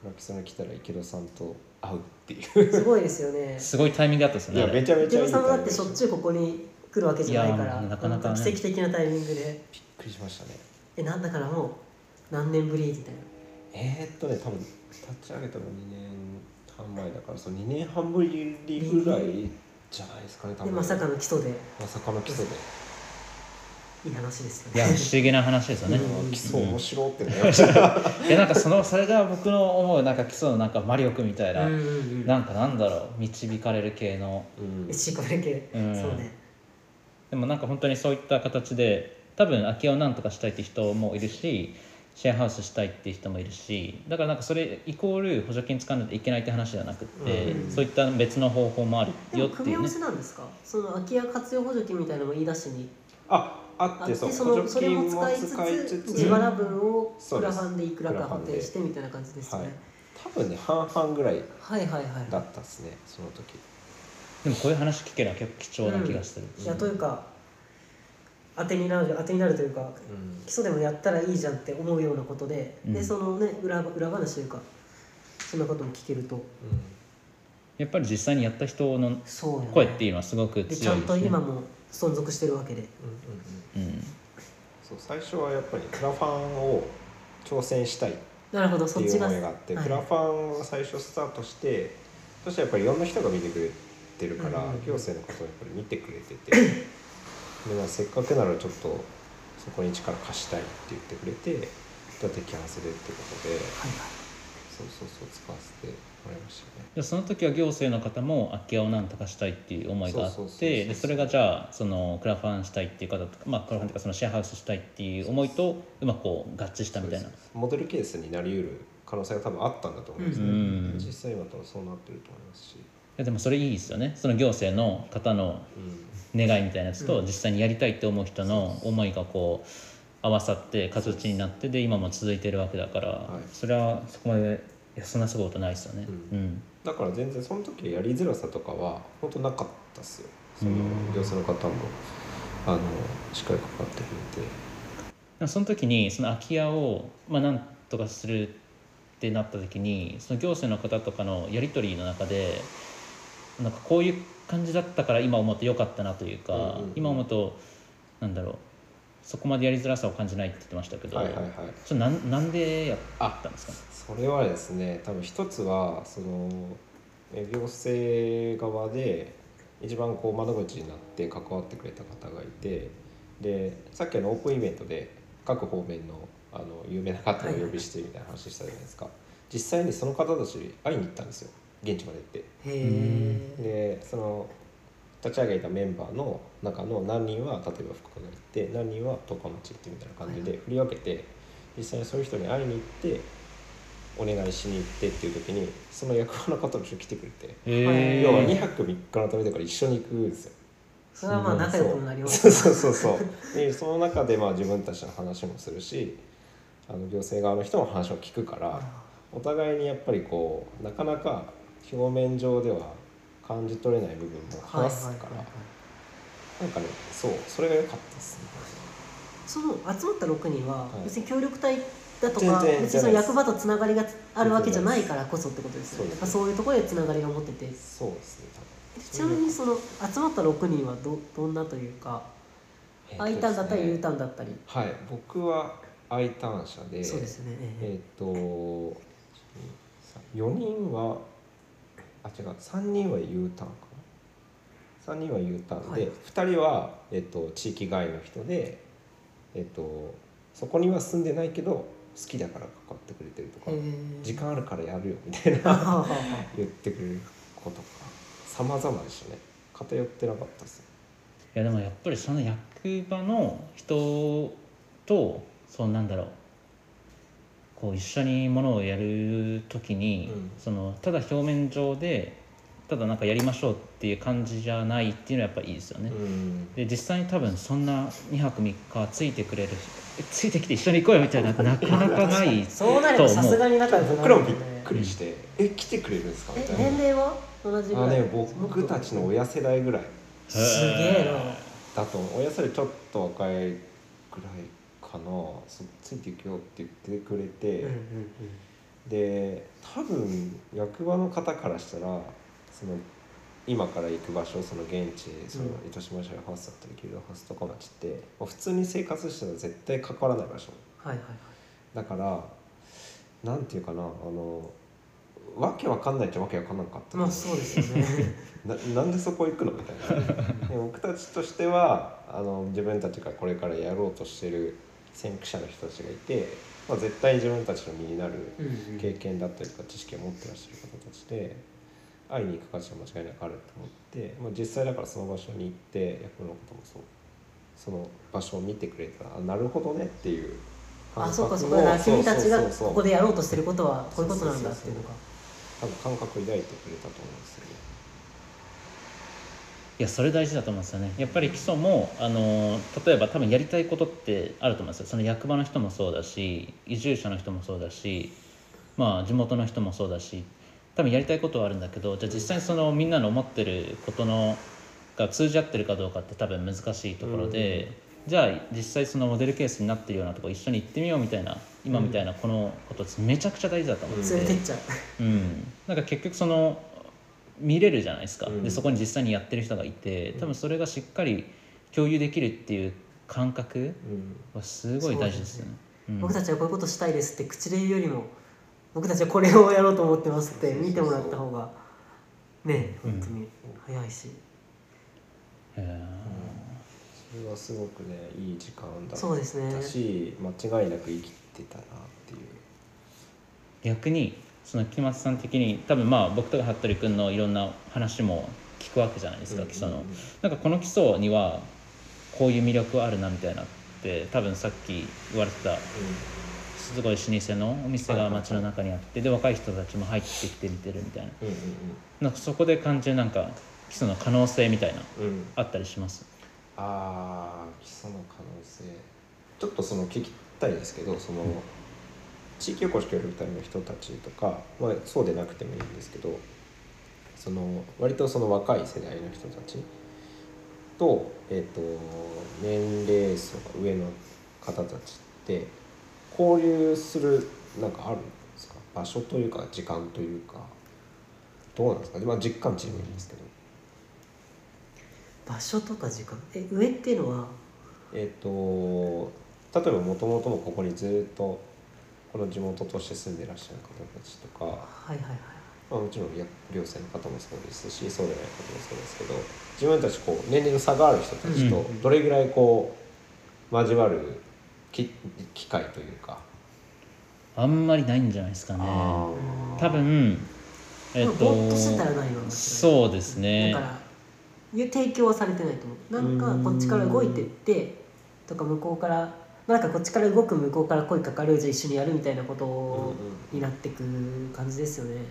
C: う基礎に来たら池田さんと会うっていう
A: すごいですよね
B: すごいタイミングだったですよ
C: いやめ
B: ね
C: ちゃめち
A: 池
C: ゃい
A: 田
C: い
A: さんはだって
C: タイミン
A: し
C: グで
A: ょっ
C: し
A: ちゅうここに来るわけじゃないから
B: いやなかなかね
A: 本当に奇跡的なタイミングで
C: びっくりしましたね
A: えなんだからもう何年ぶりみたいな
C: えー、っとね多分立ち上げたの2年半前だからそう2年半ぶりぐらいじゃないですかね多
A: で
C: 分
A: まさかの基礎で
C: まさかの基礎で、
A: いい話ですよ
B: いや不
A: [laughs] ね
B: 思議な話ですよね。
A: うん
C: 基礎面白ってなりました、
B: いやなんかそのそれが僕の思うなんか基礎のなんかマリオくんみたいな、
A: うんうん
B: なんかなんだろう導かれる系の
C: うん
A: うんしこれ系そう
B: うん
A: ね
B: でもなんか本当にそういった形で多分空き家をなんとかしたいって人もいるしシェアハウスしたいって人もいるしだからなんかそれイコール補助金使わないといけないって話じゃなくって、
A: うん
B: そういった別の方法もある
A: で
B: よ
A: も
B: って
A: 組み
B: いう
A: 合わ
B: ね
A: せなんですかその空き家活用補助金みたいなのも言い出しに
C: ああってそう
A: あその
C: 補
A: そ
C: 助
A: れも
C: 金も
A: 使いつ
C: 使いつ
A: つ
C: つ
A: 自腹分を
C: そう
A: ク
C: で
A: ラ
C: す
A: ファンでいくらか補填して
C: ク
A: みたいな感じですよね
C: 多分ね半々ぐらい
A: はいはいはい
C: だったですねその時
B: でもこういう話聞けるのは結構貴重な気がする、
A: いやというか当てになる当てになるというか基礎でもやったらいいじゃんって思うようなことで、
B: うん
A: でそのね裏裏話というかそんなことも聞けると
B: やっぱり実際にやった人の
A: そうよね
B: 声っていうのはすごく強い
A: で
B: です
A: ちゃ
B: ね
A: んと今も存続してるわけで
C: うんうんうんうん
B: うん
C: そう最初はやっぱりクラファンを挑戦したいっ
A: なるほど
C: て
A: そっ
C: いう
A: ちが
C: 思いがあって、
A: はい
C: クラファンを最初スタートしてそしたらやっぱりいろんな人が見てくれてるから、
A: うんうんうん
C: 行政のことをやっぱり見てくれ
A: [clears throat]
C: ててで、まあ、せっかくならちょっとそこに力貸したいって言ってくれてじゃあ摘発するってことで
A: はいはい
C: そうそうそう使わせてもらいましたね。
B: でその時は行政の方も空き家をなんとかしたいっていう思いがあ
C: そう
B: っ
C: そうそうそうそう
B: てでそれがじゃあそのクラファンしたいっていう方とか、まあ、クラファンというかそのシェアハウスしたいっていう思いとうまくこう合致したみたいな
C: そうですモデルケースになりうる可能性が多分あったんだと思うんですね、
A: うん
B: うん
C: 実際今多分そうなってると思いますし、
B: いやでもそれいいですよねその行政の方の
C: うん
B: 願いみたいなやつと
A: うん
B: 実際にやりたいって思う人の思いがこう合わさって形になってで今も続いてるわけだから、
C: い
B: それはそこまでいやそんなすごいことないですよね。
C: う
B: うん
C: だから全然その時やりづらさとかは本当なかったっすよその行政の方もあのしっかりかかってくれて
B: でもその時にその空き家を、まあ、なんとかするってなった時にその行政の方とかのやり取りの中でなんかこういう感じだったから今思ってよかったなというか、
C: うんうんうん
B: 今思うとなんだろうそこまでやりづらさを感じないって言ってましたけど、
C: はいはいはい
B: それなんなんでやったんですか
C: それはですね多分一つはそのえ行政側で一番こう窓口になって関わってくれた方がいてでさっきのオープンイベントで各方面のあの有名な方をお呼びしてみたいな話したじゃないですか、実際にその方たちに会いに行ったんですよ現地まで行って。
A: へえ
C: でその立ち上げたメンバーの中の何人は例えば福岡に行って何人は十日町行ってみたいな感じで振り分けて実際にそういう人に会いに行ってお願いしに行ってっていう時にその役場の方も一緒に来てくれて、
A: へー
C: 要は2泊3日のためだから一緒に行くんですよ。
A: それはまあ仲良くもなります
C: そう
A: ね
C: そうそうそうでその中でまあ自分たちの話もするしあの行政側の人の話を聞くから。お互いにやっぱりこうなかなか表面上では感じ取れない部分も
A: はいはい
C: 話
A: は
C: す
A: い
C: か
A: は
C: ら
A: い
C: なんかねそうそれが良かったですね
A: その集まった6人は
C: はい
A: 別に協力隊だとか
C: 全然
A: 別にその役場とつながりがあるわけじゃないからこそってことですよね
C: そうです
A: やっぱそういうところでつながりが持ってて
C: そうですね
A: ちなみにその集まった6人はどどんなというか
C: 多分えーと
A: I ターンだったり
C: です
A: U
C: ね
A: ターンだったり、
C: はい僕は I ターン車で
A: そうですよね、ええ
C: えっ、と4人はあ違う3人は U ターンかな3人は U ターンで、
A: はい
C: 2人は、えっと地域外の人で、えっとそこには住んでないけど好きだからかかってくれてるとか、
A: へ
C: 時
A: ー
C: 間あるからやるよみたい
A: は
C: な [laughs]
A: ははは
C: 言ってくれる子とか様々でしたね偏ってなかったですね
B: いやでもやっぱりその役場の人とそのなんだろうこう一緒にものをやるときに、
C: うん
B: そのただ表面上でただなんかやりましょうっていう感じじゃないっていうのはやっぱいいですよね。
C: うん
B: で実際に多分そんな2泊3日ついてくれるえついてきて一緒に行こうよみたいななかなかない
A: そうなれば
B: と
A: さ
B: 思う
A: すがに仲良くな
C: 僕ら
A: る
C: もびっ
A: よね
C: くりして「え来てくれるんですか?」み
A: え
C: たい
A: 年
C: な。
A: 齢は同じぐ
C: あ
A: らい
C: でも僕たちの親世代ぐらい
A: [laughs] すげえな
C: だと思う親世代ちょっと若いぐらいかなそついていくよって言ってくれて、
A: うんうん
C: で多分役場の方からしたらその今から行く場所その現地その
A: うん
C: 糸島シェアハウスだったりギルドハウスとか町って、まあ普通に生活してたら絶対関わらない場所
A: はいはいはい
C: だからなんていうかなあのわけわかんないっちゃわけわかんなかったと思
A: まあそうですよ
C: [laughs]
A: ね
C: ななんでそこ行くのみたい [laughs] なで僕たちとしてはあの自分たちがこれからやろうとしてる先駆者の人たちがいて、まあ、絶対に自分たちの身になる
A: うん
C: 経験だったりとか知識を持ってらっしゃる方たちで会いに行く価値は間違いなくあると思って、まあ、実際だからその場所に行って役のこともそうその場所を見てくれたらあなるほどねっていう
A: あそうかそう
C: も
A: か君たちが
C: そうそうそう
A: ここでやろうとしてることはこういうことなんだっていうのが
C: 多分感覚を抱いてくれたと思うんですよね。
B: いやそれ大事だと思うんですよねやっぱり基礎もあの例えば多分やりたいことってあると思うんですよその役場の人もそうだし移住者の人もそうだしまあ地元の人もそうだし多分やりたいことはあるんだけどじゃあ実際にそのみんなの思ってることのが通じ合ってるかどうかって多分難しいところで、じゃあ実際そのモデルケースになってるようなとこ一緒に行ってみようみたいな今みたいなこのことめちゃくちゃ大事だと思うんで、
A: 連れてっちゃう
B: うん、なんか結局その見れるじゃないですか、
C: うん
B: でそこに実際にやってる人がいて多分それがしっかり共有できるっていう感覚
C: うん
B: はすごい大事ですよね。うん
A: 僕たちはこういうことしたいですって口で言うよりも僕たちはこれをやろうと思ってますって見てもらった方がね
B: うん
A: 本当に早いし、
B: へー
C: それはすごくねいい時間だ
A: そう
C: っ
A: ですね
C: たし、間違いなく生きてたなっていう
B: 逆にその木松さん的に多分まあ僕とか服部君のいろんな話も聞くわけじゃないですか、
C: うん
B: 基礎の。なんかこの基礎にはこういう魅力はあるなみたいなって多分さっき言われてたすごい老舗のお店が街の中にあってで若い人たちも入ってきて見てるみたいな
C: うんうん
B: なんかそこで感じるなんか基礎の可能性みたいな
C: うんうんうん
B: あったりします
C: ああ基礎の可能性ちょっとその聞きたいんですけどその地域おこし協力隊の人たちとか、まあ、そうでなくてもいいんですけどその割とその若い世代の人たちと,、えっと年齢層が上の方たちって交流するなんかあるんですか場所というか時間というかどうなんですか、まあ、実感値でもいいんですけど。
A: 場所とか時間え上っていうのは
C: えっ、と例えばもともともここにずっとこの地元として住んでらっしゃる方たちとか、
A: はいはいはい
C: まあ、もちろんや行政の方もそうですしそうでない方もそうですけど自分たちこう年齢の差がある人たち
B: う
C: と
B: ん
C: どれぐらいこう交わるき機会というか、
B: あんまりないんじゃないですかね
C: あー
B: 多分えっ、
A: まあ
B: と
A: ぼーっとしてたらないのは間違いない
B: そうですね
A: だからいう提供はされてないと思うなんかこっちから動いてってとか向こうからまあなんかこっちから動く向こうから声かかるじゃあ一緒にやるみたいなことになってく感じですよね、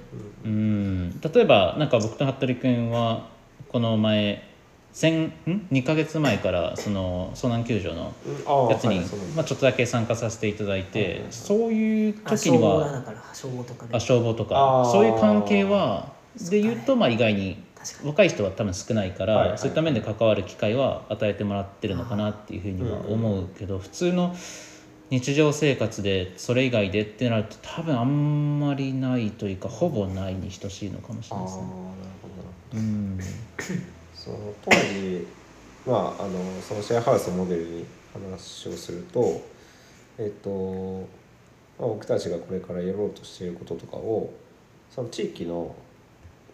C: うん
B: うん例えばなんか僕と服部君はこの前先ん2ヶ月前からその遭難救助の
C: うんあ
B: やつに、
C: ーはいそうなん
B: ま
C: だ
B: あ、ちょっとだけ参加させていただい
C: はい
B: て
C: はいはい
B: そういう
A: あ
B: 時
A: 消
B: に
A: 防
B: は
A: がだから消防とかね確
B: あ
A: か
B: 消防と
C: あ
B: か
C: ー
B: そういう関係は
A: そう
B: で
A: だね
B: 言うとまあ意外に
A: に
B: 若い人は多分少ないから、
C: はいはい
B: そういった面で関わる機会は与えてもらってるのかなっていうふうには思うけど、普通の日常生活でそれ以外でってなると多分あんまりないというかほぼないに等しいのかもし
C: あ
B: れ
C: ーな
B: ない
C: る
B: ですね。
C: ほどな
B: うん
C: その当時まあ、あのそのシェアハウスをモデルに話をすると,、えっとまあ、僕たちがこれからやろうとしていることとかをその地域の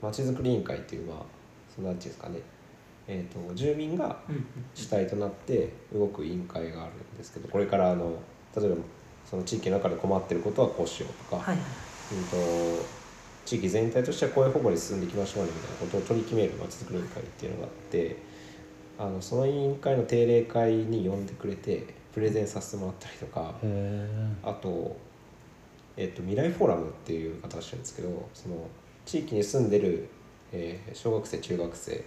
C: まちづくり委員会っていうまあそのなんていうんですかね、えっと住民が
A: うん
C: 主体となって動く委員会があるんですけどこれからあの例えばその地域の中で困ってることはこうしようとか、
A: はいはい
C: うん、と地域全体としてはこういう方向に進んでいきましょうねみたいなことを取り決めるまちづくり委員会っていうのがあってあのその委員会の定例会に呼んでくれてプレゼンさせてもらったりとか
B: へえ
C: あと,、えっと未来フォーラムっていう形なんですけどその地域に住んでる、えー小学生中学生、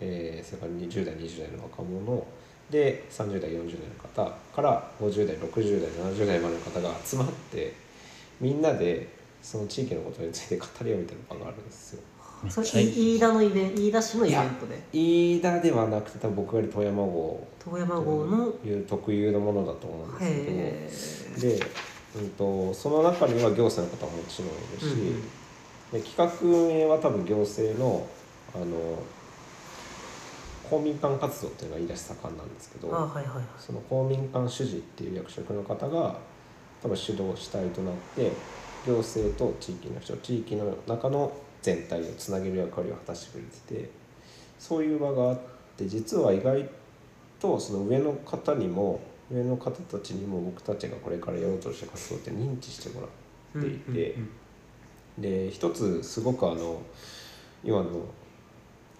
C: えーそれから20代20代の若者で30代40代の方から50代60代70代までの方が集まってみんなでその地域のことについて語り合うみたいな場があるんですよ。
B: めっ
A: それ
B: ちゃいい
A: 飯田のイベン飯田市のイベントで
C: 飯田ではなくて多分僕より富山号
A: 遠山号の
C: という特有のものだと思うんですけど。
A: へえ
C: で、うん、とその中には行政の方ももちろんいるし、
A: うんうん
C: で企画運営は多分行政のあの公民館活動っていうのが言い出し盛んなんですけ
A: あ
C: ど
A: はいはいはい
C: その公民館主事っていう役職の方が多分主導主体となって行政と地域の人地域の中の全体をつなげる役割を果たしてくれててそういう場があって実は意外とその上の方にも上の方たちにも僕たちがこれからやろうとして活動って認知してもらっていて。
A: うんうんうん
C: で一つすごくあの今の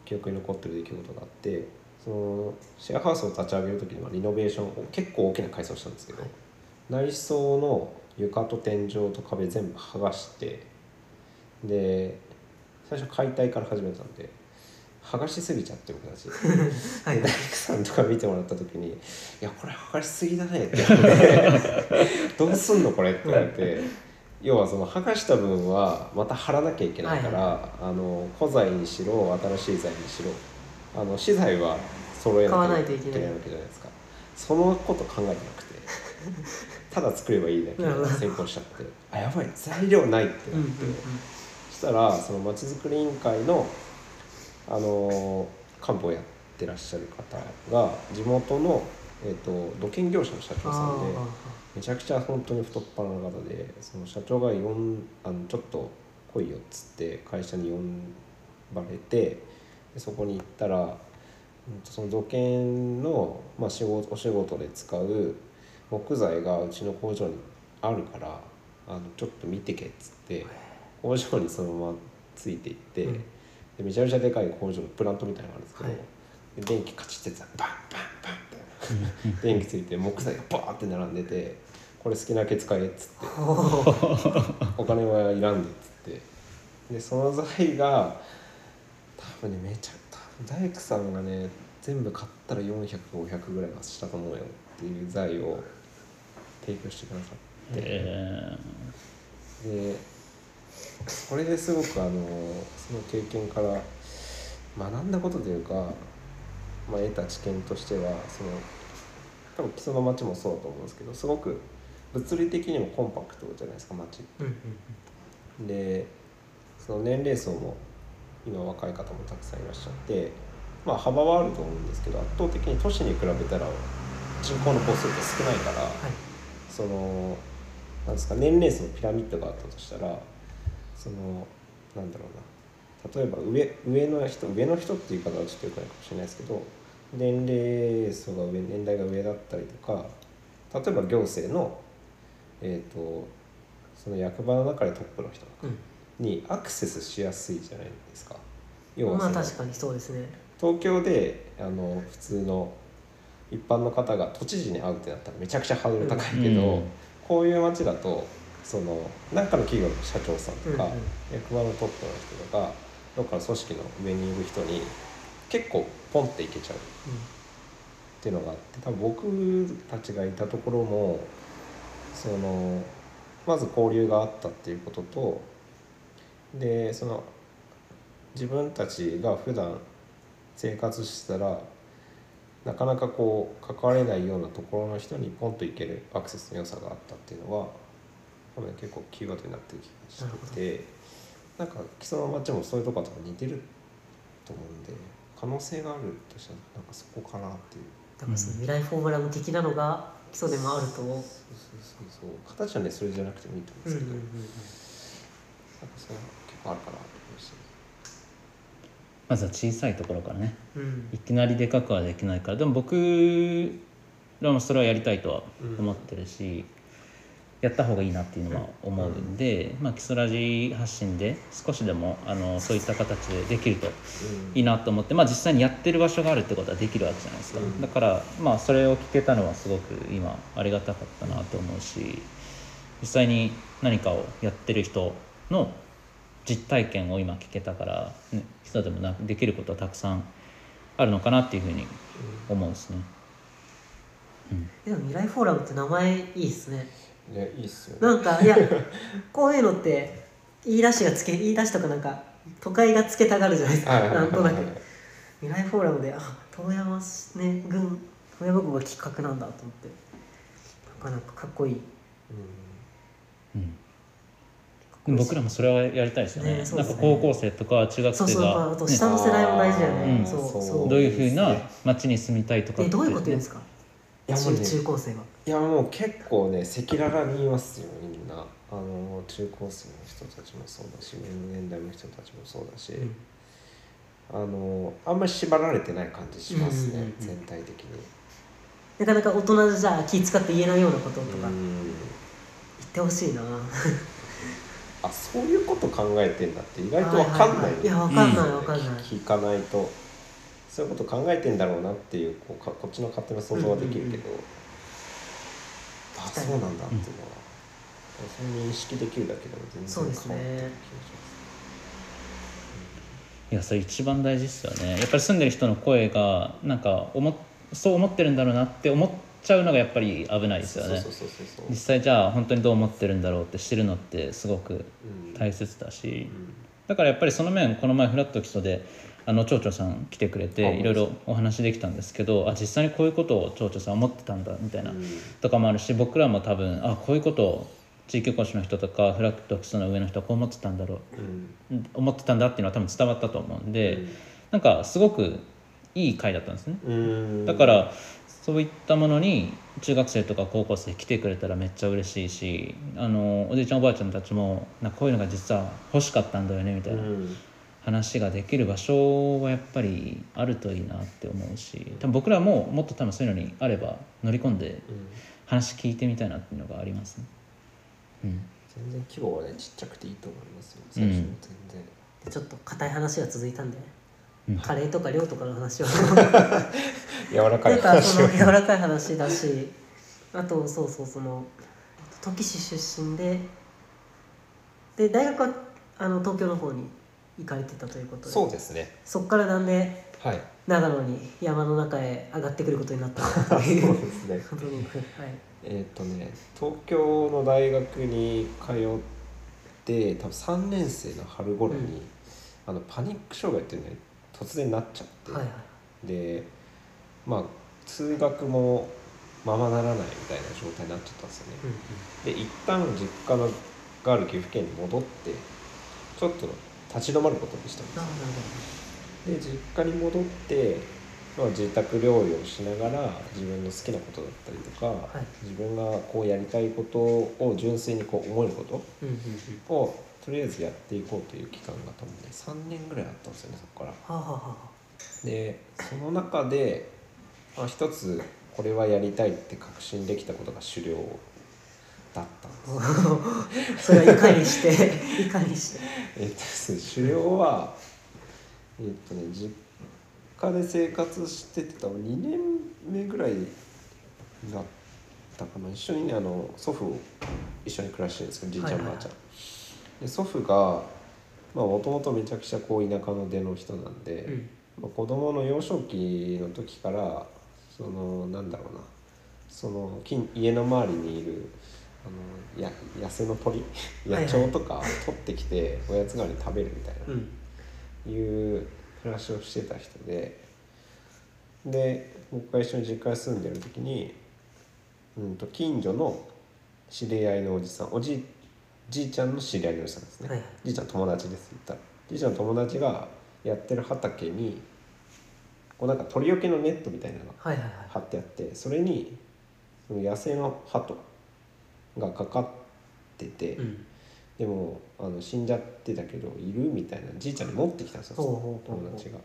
C: 記憶に残ってる出来事があってそのシェアハウスを立ち上げる時にはリノベーションを結構大きな改装したんですけど、内装の床と天井と壁全部剥がしてで最初解体から始めたんで剥がしすぎちゃって僕たち。
A: は
C: で
A: い
C: 大工さんとか見てもらった時に「いやこれ剥がしすぎだね」 [laughs] って言って「どうすんのこれ」って言われて要はその剥がした分はまた貼らなきゃいけないから、あの古材にしろ新しい材にしろあの資材は揃えなきゃいけないわけじゃないですかそのこと考えてな [laughs] くてただ作ればいいだけ
A: なるほど
C: 先行しちゃって「あやばい材料ない」って
A: う
C: なんっ
A: うん
C: て。そしたらそのまちづくり委員会の、あのー幹部をやってらっしゃる方が地元の、えー、と土建業者の社長さんで
A: あ
C: めちゃくちゃ本当に太っ腹な方でその社長が呼んあのちょっと来いよっつって会社に呼ばれてでそこに行ったらうんとその土建の、まあ、仕事お仕事で使う木材がうちの工場にあるからあのちょっと見てけっつって工場にそのままついていって、
A: うん
C: でめちゃめちゃでかい工場のプラントみたいなのがあるんですけど、
A: はい
C: で電気カチッてやつがバンバンバンっ
A: [laughs]
C: て。電気ついて木材がバーって並んでて「これ好きなだけ使え」っつって
A: あおー
C: 「お金はいらんで」っつってでその材が多分ねめちゃ多分大工さんがね全部買ったら400500ぐらいはしたと思うよっていう材を提供してくださって、
B: え
C: でそれですごくあのその経験から学んだことというか、まあ、得た知見としてはその多分基礎の町もそうだと思うんですけどすごく物理的にもコンパクトじゃないですか町って
A: うんうん
C: でその年齢層も今若い方もたくさんいらっしゃって、まあ、幅はあると思うんですけど圧倒的に都市に比べたら人口の母数って少ないから。
A: はい
C: そのなんですか年齢層のピラミッドがあったとしたらそのなんだろうな例えば上上の人上の人っていう言い方はちょっとよくないかもしれないですけど年齢層が上年代が上だったりとか例えば行政の,、えー、とその役場の中でトップの人
A: うん
C: にアクセスしやすいじゃないですか。要は
A: ま
C: そ
A: あ
C: の
A: 確かにそうですね
C: 東京であの普通の一般の方が都知事に会うってなったらめちゃくちゃハードル高いけど、
B: うん
C: こういう街だとその何かの企業の社長さんとか、
A: うんうん
C: 役場のトップの人とかどっかの組織の上にいる人に結構ポンっていけちゃうっていうのがあって多分僕たちがいたところもそのまず交流があったっていうこととでその自分たちが普段生活してたらなかなかこう関われないようなところの人にポンと行けるアクセスの良さがあったっていうのは多分結構キーワードになってる気がしていてなんか基礎の町もそういうとこは多分似てると思うんで可能性があるとしたらなんかそこかなっていう
A: だからその未来フォーマラム的なのが基礎でもあると、うんうん
C: そうそうそうそう形はねそれじゃなくてもいいと思うん
A: う
C: です
A: ん
C: けど、なんかそれは結構あるかなと思いましたね
B: まずは小さいところからね
A: うん
B: いきなりでかくはできないからでも僕らもそれはやりたいとは思ってるし、やった方がいいなっていうのは思うんで、まあ、基礎ラジ発信で少しでもあのそういった形でできると
C: うん
B: いいなと思って、まあ、実際にやってる場所があるってことはできるわけじゃないですか、
C: うん
B: だから、まあ、それを聞けたのはすごく今ありがたかったなと思うし実際に何かをやってる人の実体験を今聞けたから、ね、人でもなできることはたくさんあるのかなっていうふうに思うんですね。
A: でも未来フォーラムって名前いいですね
C: うんねいいっすよね
A: なんか
C: [laughs]
A: いやこういうのって言い出しがつけ言い出しとかなんか都会がつけたがるじゃないですか、
C: はいはいはい
A: なんと
C: は
A: ないく未来フォーラムであ遠山市ね軍遠山軍がきっかけなんだと思ってなかなかかっこいい
B: うんでも僕らもそれはやりたいですよね
A: ねそう
B: な
A: で
B: ん
A: す
B: か
A: ね
B: 高校生とか中学
A: そう
B: 生
A: そう、まあ、
B: が
A: あと
B: ね
A: 下の世代も大事だよね、
B: うん
A: そう
C: そう
A: そう
B: どういうふう
C: そう
B: な
C: ですね
B: 町に住みたいとか
A: えどういうこと言うんですすか
C: いやもう
A: 中
C: ね
A: 中高生が
C: いやもう結構ね赤裸々に言いますよみんなあの中高生の人たちもそうだし上の年代の人たちもそうだし、
A: うん
C: あのあんまり縛られてない感じしますね、
A: うんうんうんうん
C: 全体的に
A: なかなか大人じゃ気使って言えないようなこととか言
C: うん
A: ってほしいな、
C: あそういうこと考えてんだって意外と分かんない,、
A: はいはいはいいやわかんない
B: うん
A: わかんない、
C: 聞かないとそういうこと考えてんだろうなっていうこうかこっちの勝手な想像はできるけど、あそうなんだっていうのは、そう認識できるだけでも全然
A: そうですね
C: 変わってくる
B: いやそれ一番大事ですよねやっぱり住んでる人の声がなんか思っそう思ってるんだろうなって思っちゃうのがやっぱり危ないで
C: 気が
B: す
C: し
B: よ
C: ます
B: ね
C: そうそうそうそうそう
B: 実際じゃあ本当にどう思ってるんだろうって知るのってすごく
C: うん
B: 大切だし
C: うん
B: だからやっぱりその面この前フラット基礎であの町長さん来てくれ
C: あ
B: ていろいろお話できたんですけどあ実際にこういうことを町長さん思ってたんだみたいな
C: うん
B: とかもあるし僕らも多分あこういうことを地域おこしの人とかフラット基礎の上の人はこう思ってたんだろう
C: うん
B: 思ってたんだっていうのは多分伝わったと思うんで、
C: うん
B: なんかすごくいい回だったんですね、
C: うん
B: だからそういったものに中学生とか高校生来てくれたらめっちゃ嬉しいしあのおじいちゃんおばあちゃんたちもなんかこういうのが実は欲しかったんだよねみた
C: う
B: いなん話ができる場所はやっぱりあるといいなって思うし多分僕らももっと多分そういうのにあれば乗り込んで
C: うん
B: 話聞いてみたいなっていうのがありますね。うん
C: 全然規模はねちっちゃくていいと思いますよ最初の全然、
A: でちょっと硬い話が続いたんで、
B: うん
A: カレーとか量とかの話は
C: 柔らか
A: ないんか
C: 話
A: そ
C: を
A: の柔らかい話だしあとそうそうその時市出身でで大学はあの東京の方に行かれてたということで
C: [laughs] そうですね
A: そっからなんで [laughs]
C: はい
A: 長野に山の中へ上がってくることになった
C: そ
A: の
C: う
A: かという
C: ですね
A: ことに、 [laughs] はい、
C: えっ、とね東京の大学に通って多分3年生の春頃に、
A: うん
C: あのパニック障害っていうのに突然なっちゃって、
A: はいはい
C: でまあ通学もままならないみたいな状態になっちゃったんですよね、で一旦実家のがある岐阜県に戻ってちょっと立ち止まることにしたんです
A: なるほ
C: で実家に戻って、まあ、自宅療養しながら自分の好きなことだったりとか、
A: い
C: 自分がこうやりたいことを純粋にこう思えるこ
A: どうんうんうん
C: とをとりあえずやっていこうという期間が多分ね3年ぐらいあったんですよねそこから。
A: はあはあはあ
C: でその中で、まあ、一つこれはやりたいって確信できたことが狩猟だったんです
A: [laughs]
C: よ
A: それはいかにして [laughs] いかにして
C: えっとですね狩猟はえっとね実家で生活してて多分2年目ぐらいだったかな一緒にねあの祖父を一緒に暮らしてるんですけどじいちゃん
A: はい
C: ば
A: はい
C: あちゃん、で祖父がもともとめちゃくちゃこう田舎の出の人なんで、
A: うん
C: まあ、子供の幼少期の時からそのなんだろうなその近家の周りにいるあのや野生の鳥 [laughs]
A: はいは
C: 野
A: い
C: 鳥とか取ってきておやつ代わりに食べるみたいな、
A: うん
C: いう暮らしをしてた人でで僕が一緒に実家に住んでる時に、うん、と近所の知り合いのおじさんおじいじいちゃんの知り合いのおじさんですね、
A: はいはい
C: じいちゃん友達ですって言ったらじいちゃんの友達がやってる畑にこうなんか鳥よけのネットみたいなのが
A: はいはいはい
C: 貼ってあってそれにその野生の鳩がかかってて、
A: うん
C: でもあの死んじゃってたけどいるみたいなじいちゃんに持ってきたんですよ
A: ほうほうほうほう
C: 友達が。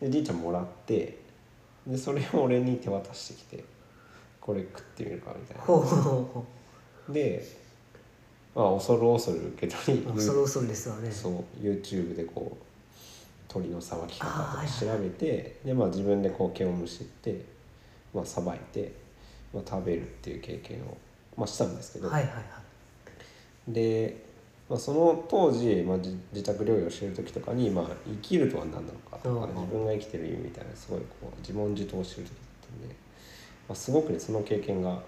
C: でじいちゃんもらってでそれを俺に手渡してきて「これ食ってみるか」みたい
A: ほう
C: な。
A: ほうほうほ
C: で、まあ、恐る恐る受け取り
A: う恐る恐るですわね
C: そう YouTube でこう鳥のさばき方
A: あーは
C: とか
A: い
C: 調べてで、まあ、自分でこう毛をむしってまあさばいて、まあ、食べるっていう経験を、まあ、したんですけど、
A: はいはいはい
C: で、まあ、その当時、まあ、じ自宅療養してる時とかに、まあ、生きるとは何なのかとか
A: うん
C: 自分が生きてる意味みたいなすごいこう自問自答してる時だったんで、まあ、すごくねその経験が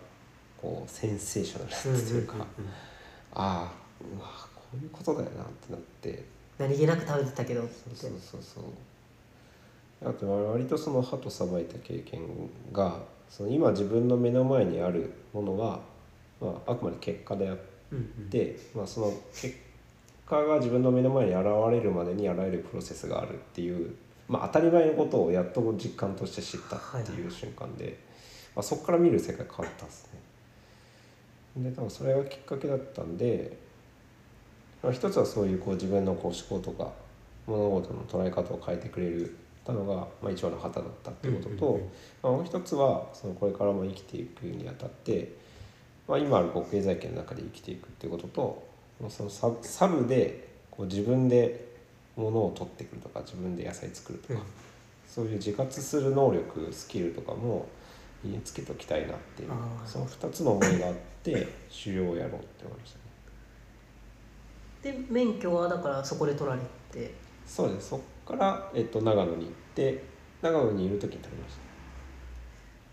C: こうセンセーショナルだったというか、
A: うんうんうんうん
C: ああうわこういうことだよなってなって。
A: 何気なく食べてたけど
C: そうそうそうそうあと割とその歯とさばいた経験がその今自分の目の前にあるものは、まあ、あくまで結果であっ
A: うんうん
C: て、まあ、その結果が自分の目の前に現れるまでにあらゆるプロセスがあるっていう、まあ、当たり前のことをやっと実感として知ったっていう瞬間で、まあ、そこから見る世界変わったんですね。で多分それがきっかけだったんで、まあ、一つはそういうこう自分のこう思考とか物事の捉え方を変えてくれたのが、まあ、一番の旗だったっていうことと、
A: うんうんうん
C: まあ、もう一つはそのこれからも生きていくにあたって、まあ、今あるこう経済圏の中で生きていくっていうこととそのサブサブでこう自分で物を取ってくるとか自分で野菜作るとか、
A: うん
C: そういう自活する能力スキルとかも身につけておきたいなっていう
A: あー
C: その2つの思いがあって狩猟をやろうって思いましたね。
A: で免許はだからそこで取られて
C: そうですそっから、えっと、長野に行って長野にいる時に撮りまし
A: も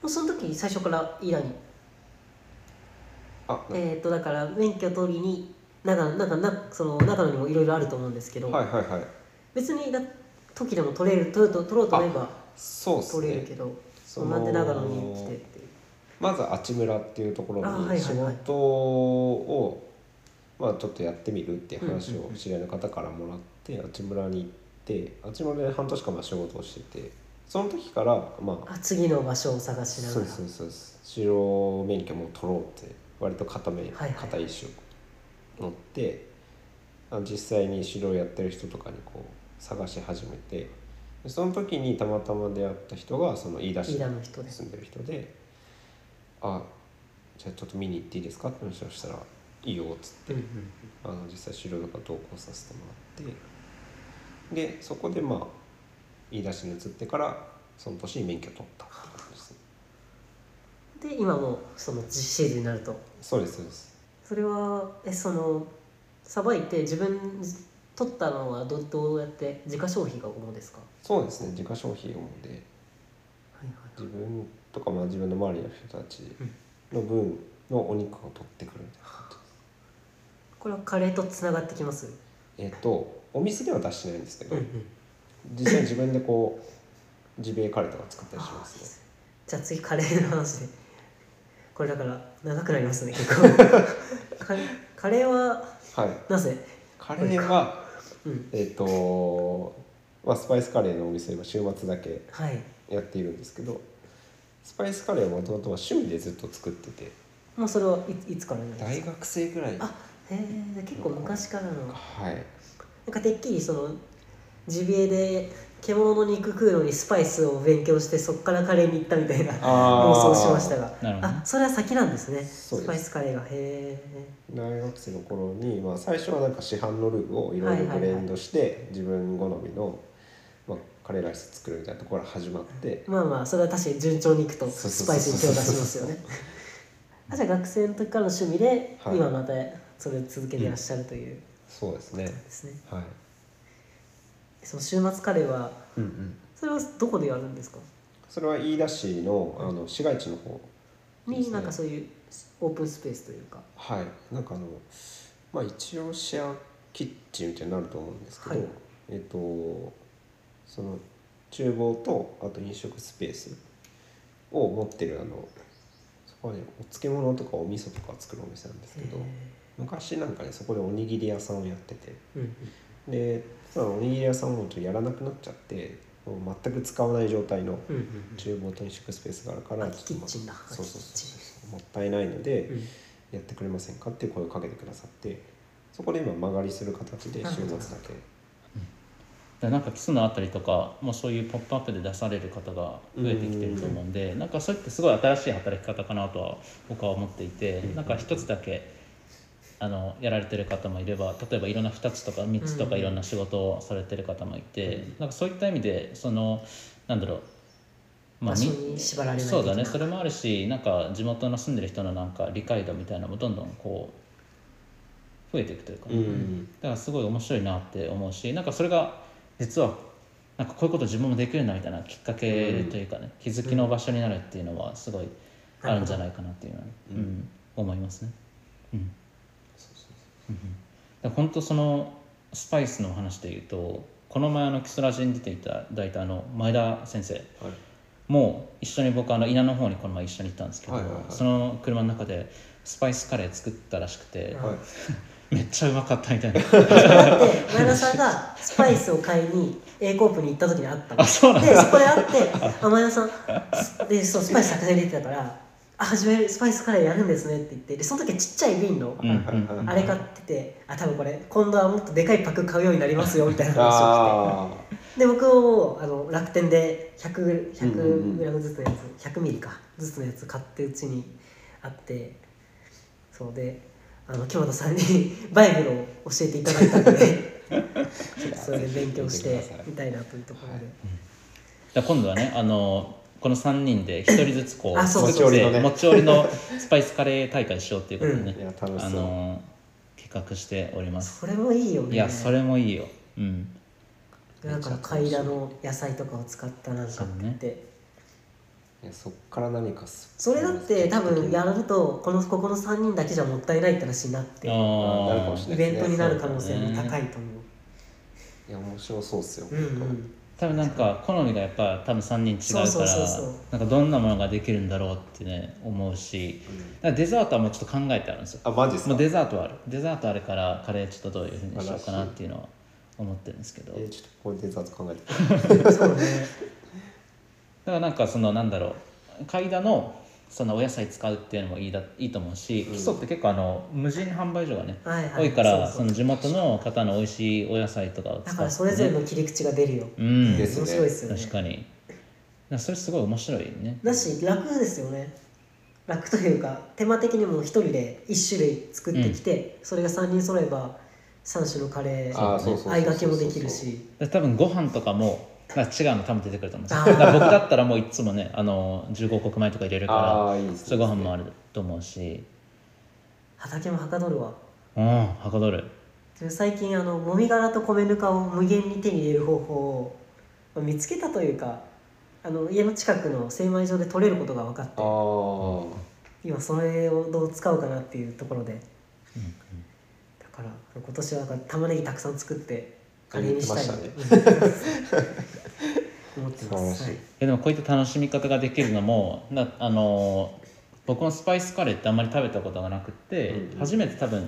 A: うその時最初からイラに
C: たあ、な
A: えっ、とだから免許取りに長野なんかなその長野にもいろいろあると思うんですけど、
C: はいはいはい
A: 別にだ時でも取れる取ると取ろうと思えば
C: そうです
A: 取れ
C: ね
A: るけど、
C: その
A: なんで長野に来てっていう
C: まずあちむらっていうとこ
A: あはいは
C: ろ
A: いは
C: に
A: い
C: 仕事をまあちょっとやってみるっていう話
A: うんうん
C: を
A: うん
C: 知り合いの方からもらってあちむらに行ってあちむらで半年間まあ仕事をしててその時からまあ
A: あ次の場所を探しなが
C: そう
A: ら
C: そうそう狩猟免許も取ろうって割と固め
A: はい
C: 固い意志を持ってあ実際に狩猟やってる人とかにこう探し始めてでその時にたまたま出会った人がその飯田市
A: 飯
C: に
A: 田の人です
C: 住んでる人で「あじゃあちょっと見に行っていいですか?」って話をしたら「いいよ」っつって、
A: うんうん
C: あの実際狩猟とか同行させてもらってでそこでまあ飯田市に移ってからその年に免許取ったって感じですね。
A: で今もその実シーズンになると
C: そうですそうです
A: それはえそのさばいて自分取ったのはどどうやって自家消費が主ですか、
C: そうですね自家消費をもで
A: はいはい
C: 自分とかまあ自分の周りの人たちの分のお肉を取ってくるみたいな感じです
A: これはカレーとつながってきます
C: えっ、とお店では出してないんですけど、
A: ん
C: 実際自分でこう自米カレーとか作ったりしますね
A: じゃあ次カレーの話でこれだから長くなりますね [laughs] 結構カレーカレーは
C: はい
A: なぜ
C: カレーは
A: うん
C: えっ、とまあスパイスカレーのお店は週末だけ
A: はい
C: やっているんですけどスパイスカレーはもともとは趣味でずっと作ってて
A: もうそれはいいつからなんです
C: 大
A: か
C: 学生ぐらい
A: あへえ結構昔からのな
C: はい
A: んかてっきりそのジビエで獣の肉食うのにスパイスを勉強してそっからカレーに行ったみたいな
C: あ
A: 妄想
C: ー
A: しましたが
B: なるほどね
A: あそれは先なんですね
C: そうです
A: スパイスカレーがへえ
C: 大学生の頃に、まあ、最初はなんか市販のルーをいろいろブレンドして自分好みの、まあ、カレーライス作るみたいなところが始まって
A: まあまあそれは確かに順調にいくと
C: そうそ
A: ス
C: うそう
A: パイスに手を出しますよ
C: [laughs]
A: ねあじゃあ学生の時からの趣味で
C: はい
A: 今またそれを続けていらっしゃるという
C: そうですね
A: ですね、
C: はい、
A: その週末カレーは
C: うんうん、
A: それはどこでやるんですか
C: それは飯田市のあの市街地の方いいで
A: に
C: すね
A: なんかそういうオープンスペースというか
C: はいなんかあのまあ一応シェアキッチンみたいになると思うんですけど、
A: はい
C: えっとその厨房とあと飲食スペースを持ってるあのそこはねお漬物とかお味噌とか作るお店なんですけど
A: へ
C: 昔なんかねそこでおにぎり屋さんをやってて
A: えうんうん
C: でただおにぎり屋さんもちょっとやらなくなっちゃってもう全く使わない状態の
A: うんうん
C: 厨房転職スペースがあるから
A: あ
C: ちょっとま
A: キッチンだ
C: そうそうそう
A: キッ
C: そうもったいないので、
A: うん
C: やってくれませんかっていう声をかけてくださってそこで今間借りする形で週末だけ
B: でなんかキスのあたりとかもうそういう「ポップアップで出される方が増えてきてると思うんで、なんかそれってすごい新しい働き方かなとは僕は思っていて、
C: うん
B: なんか一つだけあのやられてる方もいれば例えばいろんな2つとか3つとか
A: うん
B: いろんな仕事をされてる方もいて、
C: うん
B: なんかそういった意味でそのなんだろうまあ、
A: 場所
B: み
A: に縛られない
B: そうだね
A: 的な
B: それもあるしなんか地元の住んでる人のなんか理解度みたいなのもどんどんこう増えていくというか、
C: うん
B: だからすごい面白いなって思うしなんかそれが実はなんかこういうこと自分もできるなみたいなきっかけというかね、気づきの場所になるっていうのはすごいあるんじゃないかなっていうのは、う
C: うんん
B: 思いますね。うん
C: そうそ
B: う
C: う
B: んうんだから本当そのスパイスの話で言うとこの前あのキスラジに出ていただいたあの前田先生
C: そうはい
B: も一緒に僕あの稲の方にこの前一緒に行ったんですけど、
C: はいはいはい
B: その車の中でスパイスカレー作ったらしくて、
A: うん
C: はい
B: めっちゃうまかったみ
C: [laughs]
B: たいな
A: で前田さんがスパイスを買いに A コープに行った時に会ったの
B: あそうなんだ
A: でそこで会って「あ前田さん」でそうスパイス作成入れてたから「あ初めスパイスカレーやるんですね」って言ってでその時はちっちゃい瓶の
B: うんうんうん
A: あれ買ってて「あ多分これ今度はもっとでかいパック買うようになりますよ」みたいな話をし
C: あ
A: てで僕をあの楽天で 100g
C: うんうんう
A: 100
C: ん
A: グラムずつのやつ100ミリかずつのやつ買ってうちにあってそうであの京田さんに [laughs] バイブルを教えていただいたのでそれで勉強してみたいなというところで。
B: だから今度はねあのこの3人で一人ずつこう
A: あそう
C: そうそう
B: 作って
C: 持ち寄りのね
B: 持ち寄りのスパイスカレー大会しようっていうことでね、
C: [laughs] いや楽し
B: あ
C: そう、
B: の企画しております
A: それもいいよね
B: いやそれもいいようん
A: なんか階段の野菜とかを使ったなんかって言って、
C: いやそっから何かす
A: それだって多分やるとこのここの3人だけじゃもったいないって話になってイ
C: なるかも
B: あ
C: しれ
B: あ
C: ない
A: ベントになる可能性も高いと思
C: いや面白そうっすよ、
A: ううんうん
B: 多分なんか好みがやっぱ多分3人違う
A: そ
B: か
A: うそう
B: ら
A: そうそう
B: なんかどんなものができるんだろうってね思うし
C: うん
B: だからデザートはもうちょっと考えてあるんですよ
C: あマジっす
B: も
C: か
B: うデザートはあるデザートあるからカレーちょっとどういうふうにしようかなっていうのは思ってるんですけど
C: えーちょっとここでデザート考え
B: [laughs]
C: て
A: そうね
B: だからなんかそのなんだろう買いだのそのお野菜使うっていうのもいいだいいと思うし、
C: うん
B: 基礎って結構あの無人販売所がね、
A: はいはい
B: 多いから
A: う
B: そうの地元の方の美味しいお野菜とかを使って、
A: だからそれぞれの切り口が出るよ、
B: うん、
C: で
A: 面
C: す
A: 白いですよね
B: 確かにだからそれすごい面白いね
A: だし楽ですよね楽というか手間的にも一人で1種類作ってきて、それが3人揃えば3種のカレー
C: あーそうそうそうそう
A: 合いがけもできるし
B: で多分ご飯とかもなんか違うの多分出てくると思うんです
A: あ
B: よ
A: ー
B: だから僕だったらもういつもねあの15穀米とか入れるか
C: ああいいです
B: ら
C: ね
B: そういうご飯もあると思うし
A: 畑もはかどるわ
B: うんはかどる
A: で最近あのもみ殻と米ぬかを無限に手に入れる方法をまあ見つけたというかあの家の近くの精米所で取れることが分かって
C: あー
A: 今それをどう使うかなっていうところで、だから今年はなんか玉ねぎたくさん作ってカレーにしたいな
C: 言っ
A: うん [laughs] 思って
C: 素
A: ま
C: 晴らし
A: す、
C: い、
A: はい
B: いやでもこういった楽しみ方ができるのもなあのー僕もスパイスカレーってあんまり食べたことがなくって、
C: うんうん
B: 初めて多分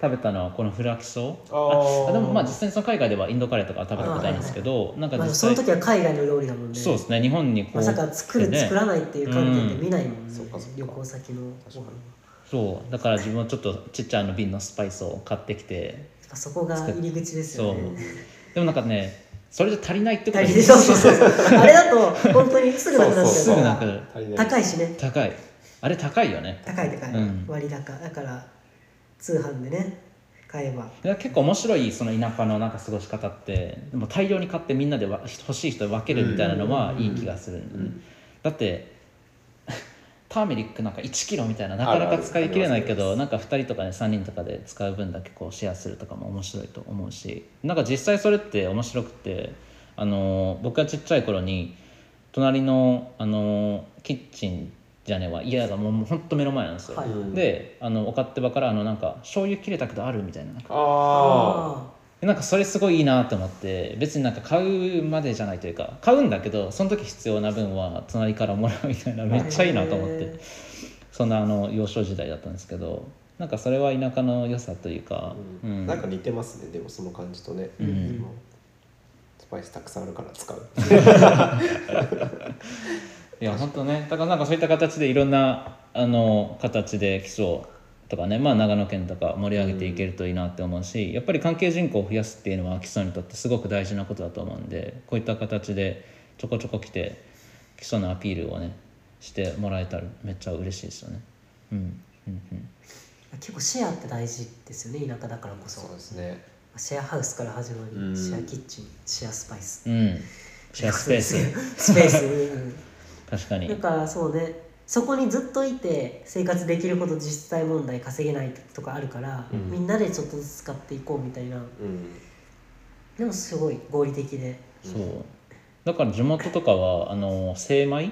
B: 食べたのはこのフラキソ
C: あー
B: あでもまあ実際にその海外ではインドカレーとかは食べたことあるんですけどなんか
A: まあ、
B: 実
A: その
B: 際、
A: 時は海外の料理だもんね
B: そうですね日本にこう、
A: まさか作る、
B: ね
A: 作らないっていう観点で見ないもんね、
C: うんそうかそうか
A: 旅行先のご飯は
B: そうだから自分はちょっとちっちゃいあの瓶のスパイスを買ってきて
A: やっぱそこが入り口です
B: そ
A: よ
B: う
A: ね
B: でもなんかねそれじゃ足りないってこと
A: 大
B: に
A: 事そうそうそうあれだと本当にすぐなくなっ
C: そう
A: ち
B: す
A: ゃ
C: そう
A: か
B: ぐな
A: ら
B: くなる
C: 足りない
A: 高いしね
B: 高いあれ高いよね
A: 高い高い、
B: うん
A: 割高だから通販でね買えば
B: いや結構面白いその田舎のなんか過ごし方ってでも大量に買ってみんなでわ欲しい人に分けるみたいなのは
A: うん
B: いい気がするんだよね、
C: うん
B: だって [laughs] ターメリックなんか1キロみたいななかな
C: あるあ
B: か
C: る
B: 使い切れないけ
C: あり
B: ど
C: ます
B: なんか2人とかね3人とかで使う分だけこうシェアするとかも面白いと思うしなんか実際それって面白くてあのー僕がちっちゃい頃に隣のあのーキッチンじゃねえわ家がもうもうほんと目の前なんですよ、
A: はい
C: うん
B: であのお勝手場からあのなんか醤油切れたけどあるみたいななんか
C: ああ
B: でなんかそれすごいいいなと思って別になんか買うまでじゃないというか買うんだけどその時必要な分は隣からもらうみたいなめっちゃいいなと思ってそんなあの幼少時代だったんですけどなんかそれは田舎の良さというか、
C: う
B: うんん
C: なんか似てますねでもその感じとね、
B: うん
C: うんスパイスたくさんあるから使う
B: いや本当ねだからなんかそういった形でいろんなあの形で基礎とかね、まあ、長野県とか盛り上げていけるといいなって思うし、やっぱり関係人口を増やすっていうのは基礎にとってすごく大事なことだと思うんでこういった形でちょこちょこ来て基礎のアピールをねしてもらえたらめっちゃ嬉しいですよね。うんうんうん、
A: 結構シェアって大事ですよね田舎だからこそ
C: ですね
A: シェアハウスから始まり、
C: うん
A: シェアキッチンシェアスパイス
B: うん、シェアスペース
A: スペー
B: [laughs]
A: ス、うん
B: 確かに
A: だからそうねそこにずっといて生活できること実際問題稼げないとかあるから、
C: うん
A: みんなでちょっとずつ使っていこうみたいな
C: うん
A: でもすごい合理的で
B: そうだから地元とかはあの精米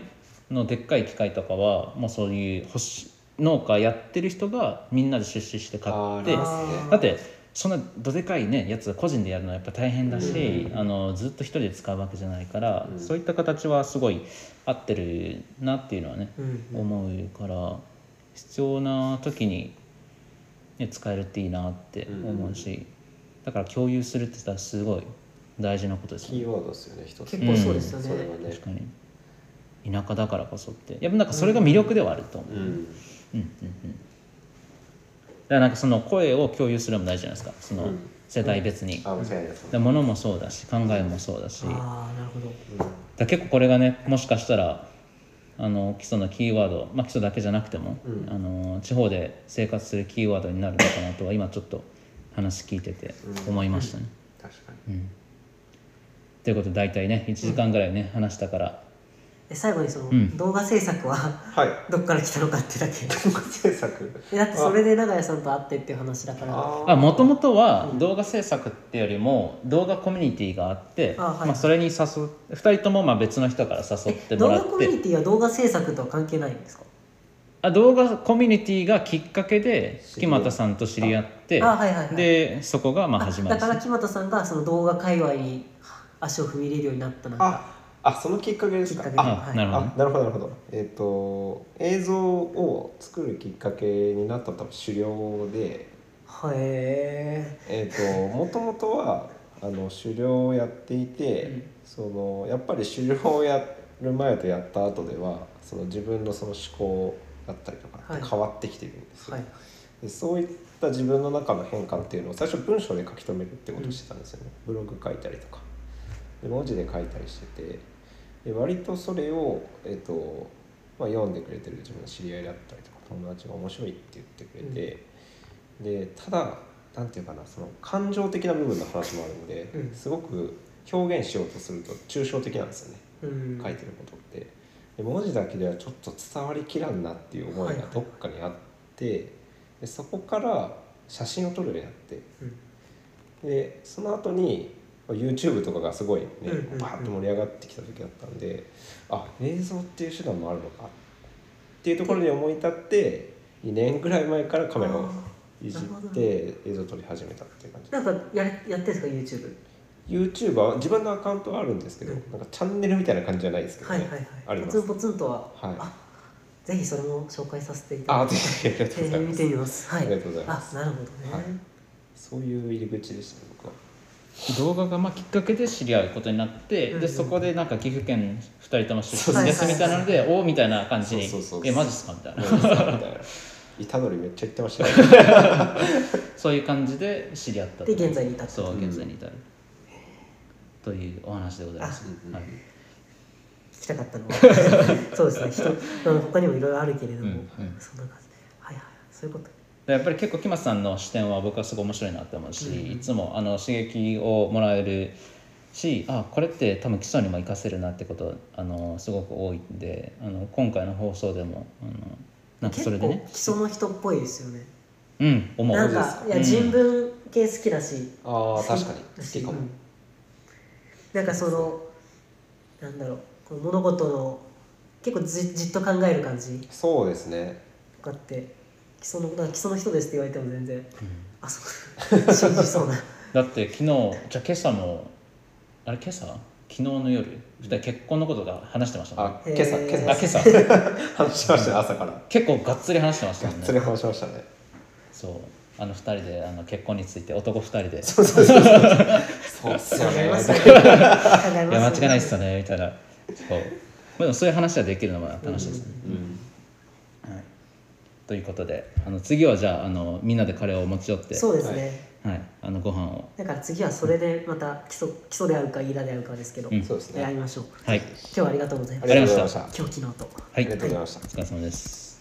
B: のでっかい機械とかはもうそういう保守農家やってる人がみんなで出資して買
C: あ
B: って
C: で
B: だ
A: あー
B: ってそんなどでかいねやつ個人でやるのはやっぱ大変だし、
C: うん
B: あのずっと一人で使うわけじゃないから、
C: うん
B: そういった形はすごい合ってるなっていうのはね、
A: うんうん
B: 思うから必要な時に、ね、使えるっていいなって思うし、だから共有するってさすごい大事なことです
C: キ
B: よね
C: ーワードですよね一
A: 結
C: つ
A: 構そうですよね
C: それはね
B: 確かに田舎だからこそってやっぱなんかそれが魅力ではあると思う、
C: う
B: うんう
C: ん
B: んうんだからなんかその声を共有するのも大事じゃないですかその
C: うん
B: 世代別に、
C: あ間違いないです
B: で物もそうだし考えもそうだし、だか
A: ああなるほど
B: ら結構これがねもしかしたらあの基礎のキーワード、まあ、基礎だけじゃなくても、
C: うん
B: あの地方で生活するキーワードになるのかなとは今ちょっと話聞いてて思いましたね。
C: 確かに
B: うんということで大体ね1時間ぐらいね、話したから
A: え最後にその、
B: うん
A: 動画制作は [laughs]
C: はい
A: どっから来たのかって
B: [laughs]
A: だけ
C: 広告制作
A: えだってそれで長屋さんと会ってっていう話だからあ
C: あ
B: あもともとは
A: うん
B: 動画制作ってよりも動画コミュニティがあって
A: あはい
B: まあ、それに誘う2人ともまあ別の人から誘って
A: 動
B: もら
A: 画
B: っ
A: コミュニ
B: て
A: ティは動画制作とは関係ないんですか
B: あ動画コミュニティがきっかけで
C: 知
B: 木
C: り合い
B: 俣さんと知り合って
A: あはいはいはい
B: でそこがまあ始ま
A: だ
B: る
A: から木俣さんがその動画界隈に足を踏み入れるようになったなんか
C: ああそのきっかけですか
A: きっかけ
C: あ
B: あ
A: はい
B: なるほどね
C: あなるほどなるほどえっ、と映像を作るきっかけになったのは多分狩猟で
A: へ
C: えっ、
B: [laughs]
C: ともともとはあの狩猟をやっていて、
A: うん
C: そのやっぱり狩猟をやる前とやった後ではその自分のその思考だったりとかって
A: はい
C: 変わってきてるんです
A: え
C: よ、
A: はい
C: でそういった自分の中の変化っていうのを最初文章で書き留めるってことをしてたんですよね、ブログ書いたりとかで文字で書いたりしててで割とそれを、えっとまあ、読んでくれてる自分の知り合いだったりとか友達が面白いって言ってくれて、でただなんていうかなその感情的な部分の話もあるので、
A: うん
C: すごく表現しようとすると抽象的なんですよね
A: うん
C: 書いてることってで文字だけではちょっと伝わりきらんなっていう思いがどっかにあってでそこから写真を撮るようになって
A: うん
C: でその後に YouTube とかがすごいね
A: うんうんうん
C: バーッと盛り上がってきた時だったんであ映像っていう手段もあるのかっていうところに思い立って2年ぐらい前からカメラをいじ
A: あーなる
C: っ
A: ほど
C: て映像撮り始めたっていう感じ
A: なんかやれやってるんですか YouTube
C: YouTube は自分のアカウントはあるんですけど
A: うん
C: なんかチャンネルみたいな感じじゃないですけど
A: はい
C: ね
A: はいはい
C: あり
A: ポ
C: ま
A: ツ
C: す
A: ンポツンとは
C: はい
A: あぜひそれも紹介させていただ
C: あ、
A: い
C: ぜひありがとうご
A: て
C: ざいま
A: 見
C: す。
A: てみますは
C: あ
A: い
C: りがとうございます。
A: あなるほどね
C: はいそういう入り口でした、ね、僕は。
B: 動画がまあきっかけで知り合うことになって、
A: うんう
B: で
A: ん
B: そこでなんか岐阜県2人とも出
A: そう
B: 身
A: で
B: ですすみたいなのでおおみたいな感じに
C: そうそうそう
B: えマジっすかみたいな
C: みたいな。板取りめっちゃ言ってましたね。
B: そういう感じで知り合ったと
A: で現在に至った
B: そううん現在に至る、というお話でございます、はい
A: 聞きたかったのは [laughs] そうですね人うん他にもいろいろあるけれども、
B: うんうん
A: そんな感じではいはいそういうこと
B: でやっぱり結構木松さんの視点は僕はすごい面白いなって思うし、
A: うん
B: いつもあの刺激をもらえるしあこれって多分基礎にも活かせるなってことあのすごく多いんであの今回の放送でもあのなんかそれでね
A: 結構基礎の人っぽいですよね
B: うん思う
A: なん
C: そうです
A: か
C: か
A: いや
B: うん
A: 人文系好きだし、
C: ああ、確かに。
A: だ
C: 好
A: し
C: きかも
A: う。んなんかそのなんだろうこの物事の結構じじっと考える感じ
C: そうですね。
A: とかって基礎のなんか基礎の人ですって言われても全然、あそう [laughs] 信じそうな
B: だって昨日じゃあ今朝もあれ今朝昨日の夜2人結婚のことが話してましたもんね
C: あ、今朝、
A: へー
C: 今
B: あ
C: 朝
B: 今朝
C: 話しましたね、朝から。
B: 結構がっつり話してました
C: がっ
B: もん
C: つり
B: ね
C: 話しましたね。
B: そうあの2人であの結婚について男2人で
C: そうそうそうそう。そうっす
A: 考
C: よ
A: え
C: ね。
A: ますね考え
B: い
A: ま
B: や
A: す
B: 間違いないっすよ
A: ね
B: ねみたいなそうまあでもそういう話はできるのが楽しいですね、
C: うん。
B: はい、ということであの次はじゃああのみんなでカレーを持ち寄って
A: そうですね、
B: はい、あのご飯を
A: だから次はそれでまた基礎基礎であるか飯田であるかですけど、
B: うん
C: そうです
A: やり
C: ね。
A: ましょう
B: はい
A: 今日はありがとうござい
C: あ
A: ま
C: り
A: した
C: がとうございました。
A: 今日昨日と
B: は
C: あ
B: い
C: りがとうございました
B: お。疲れ様です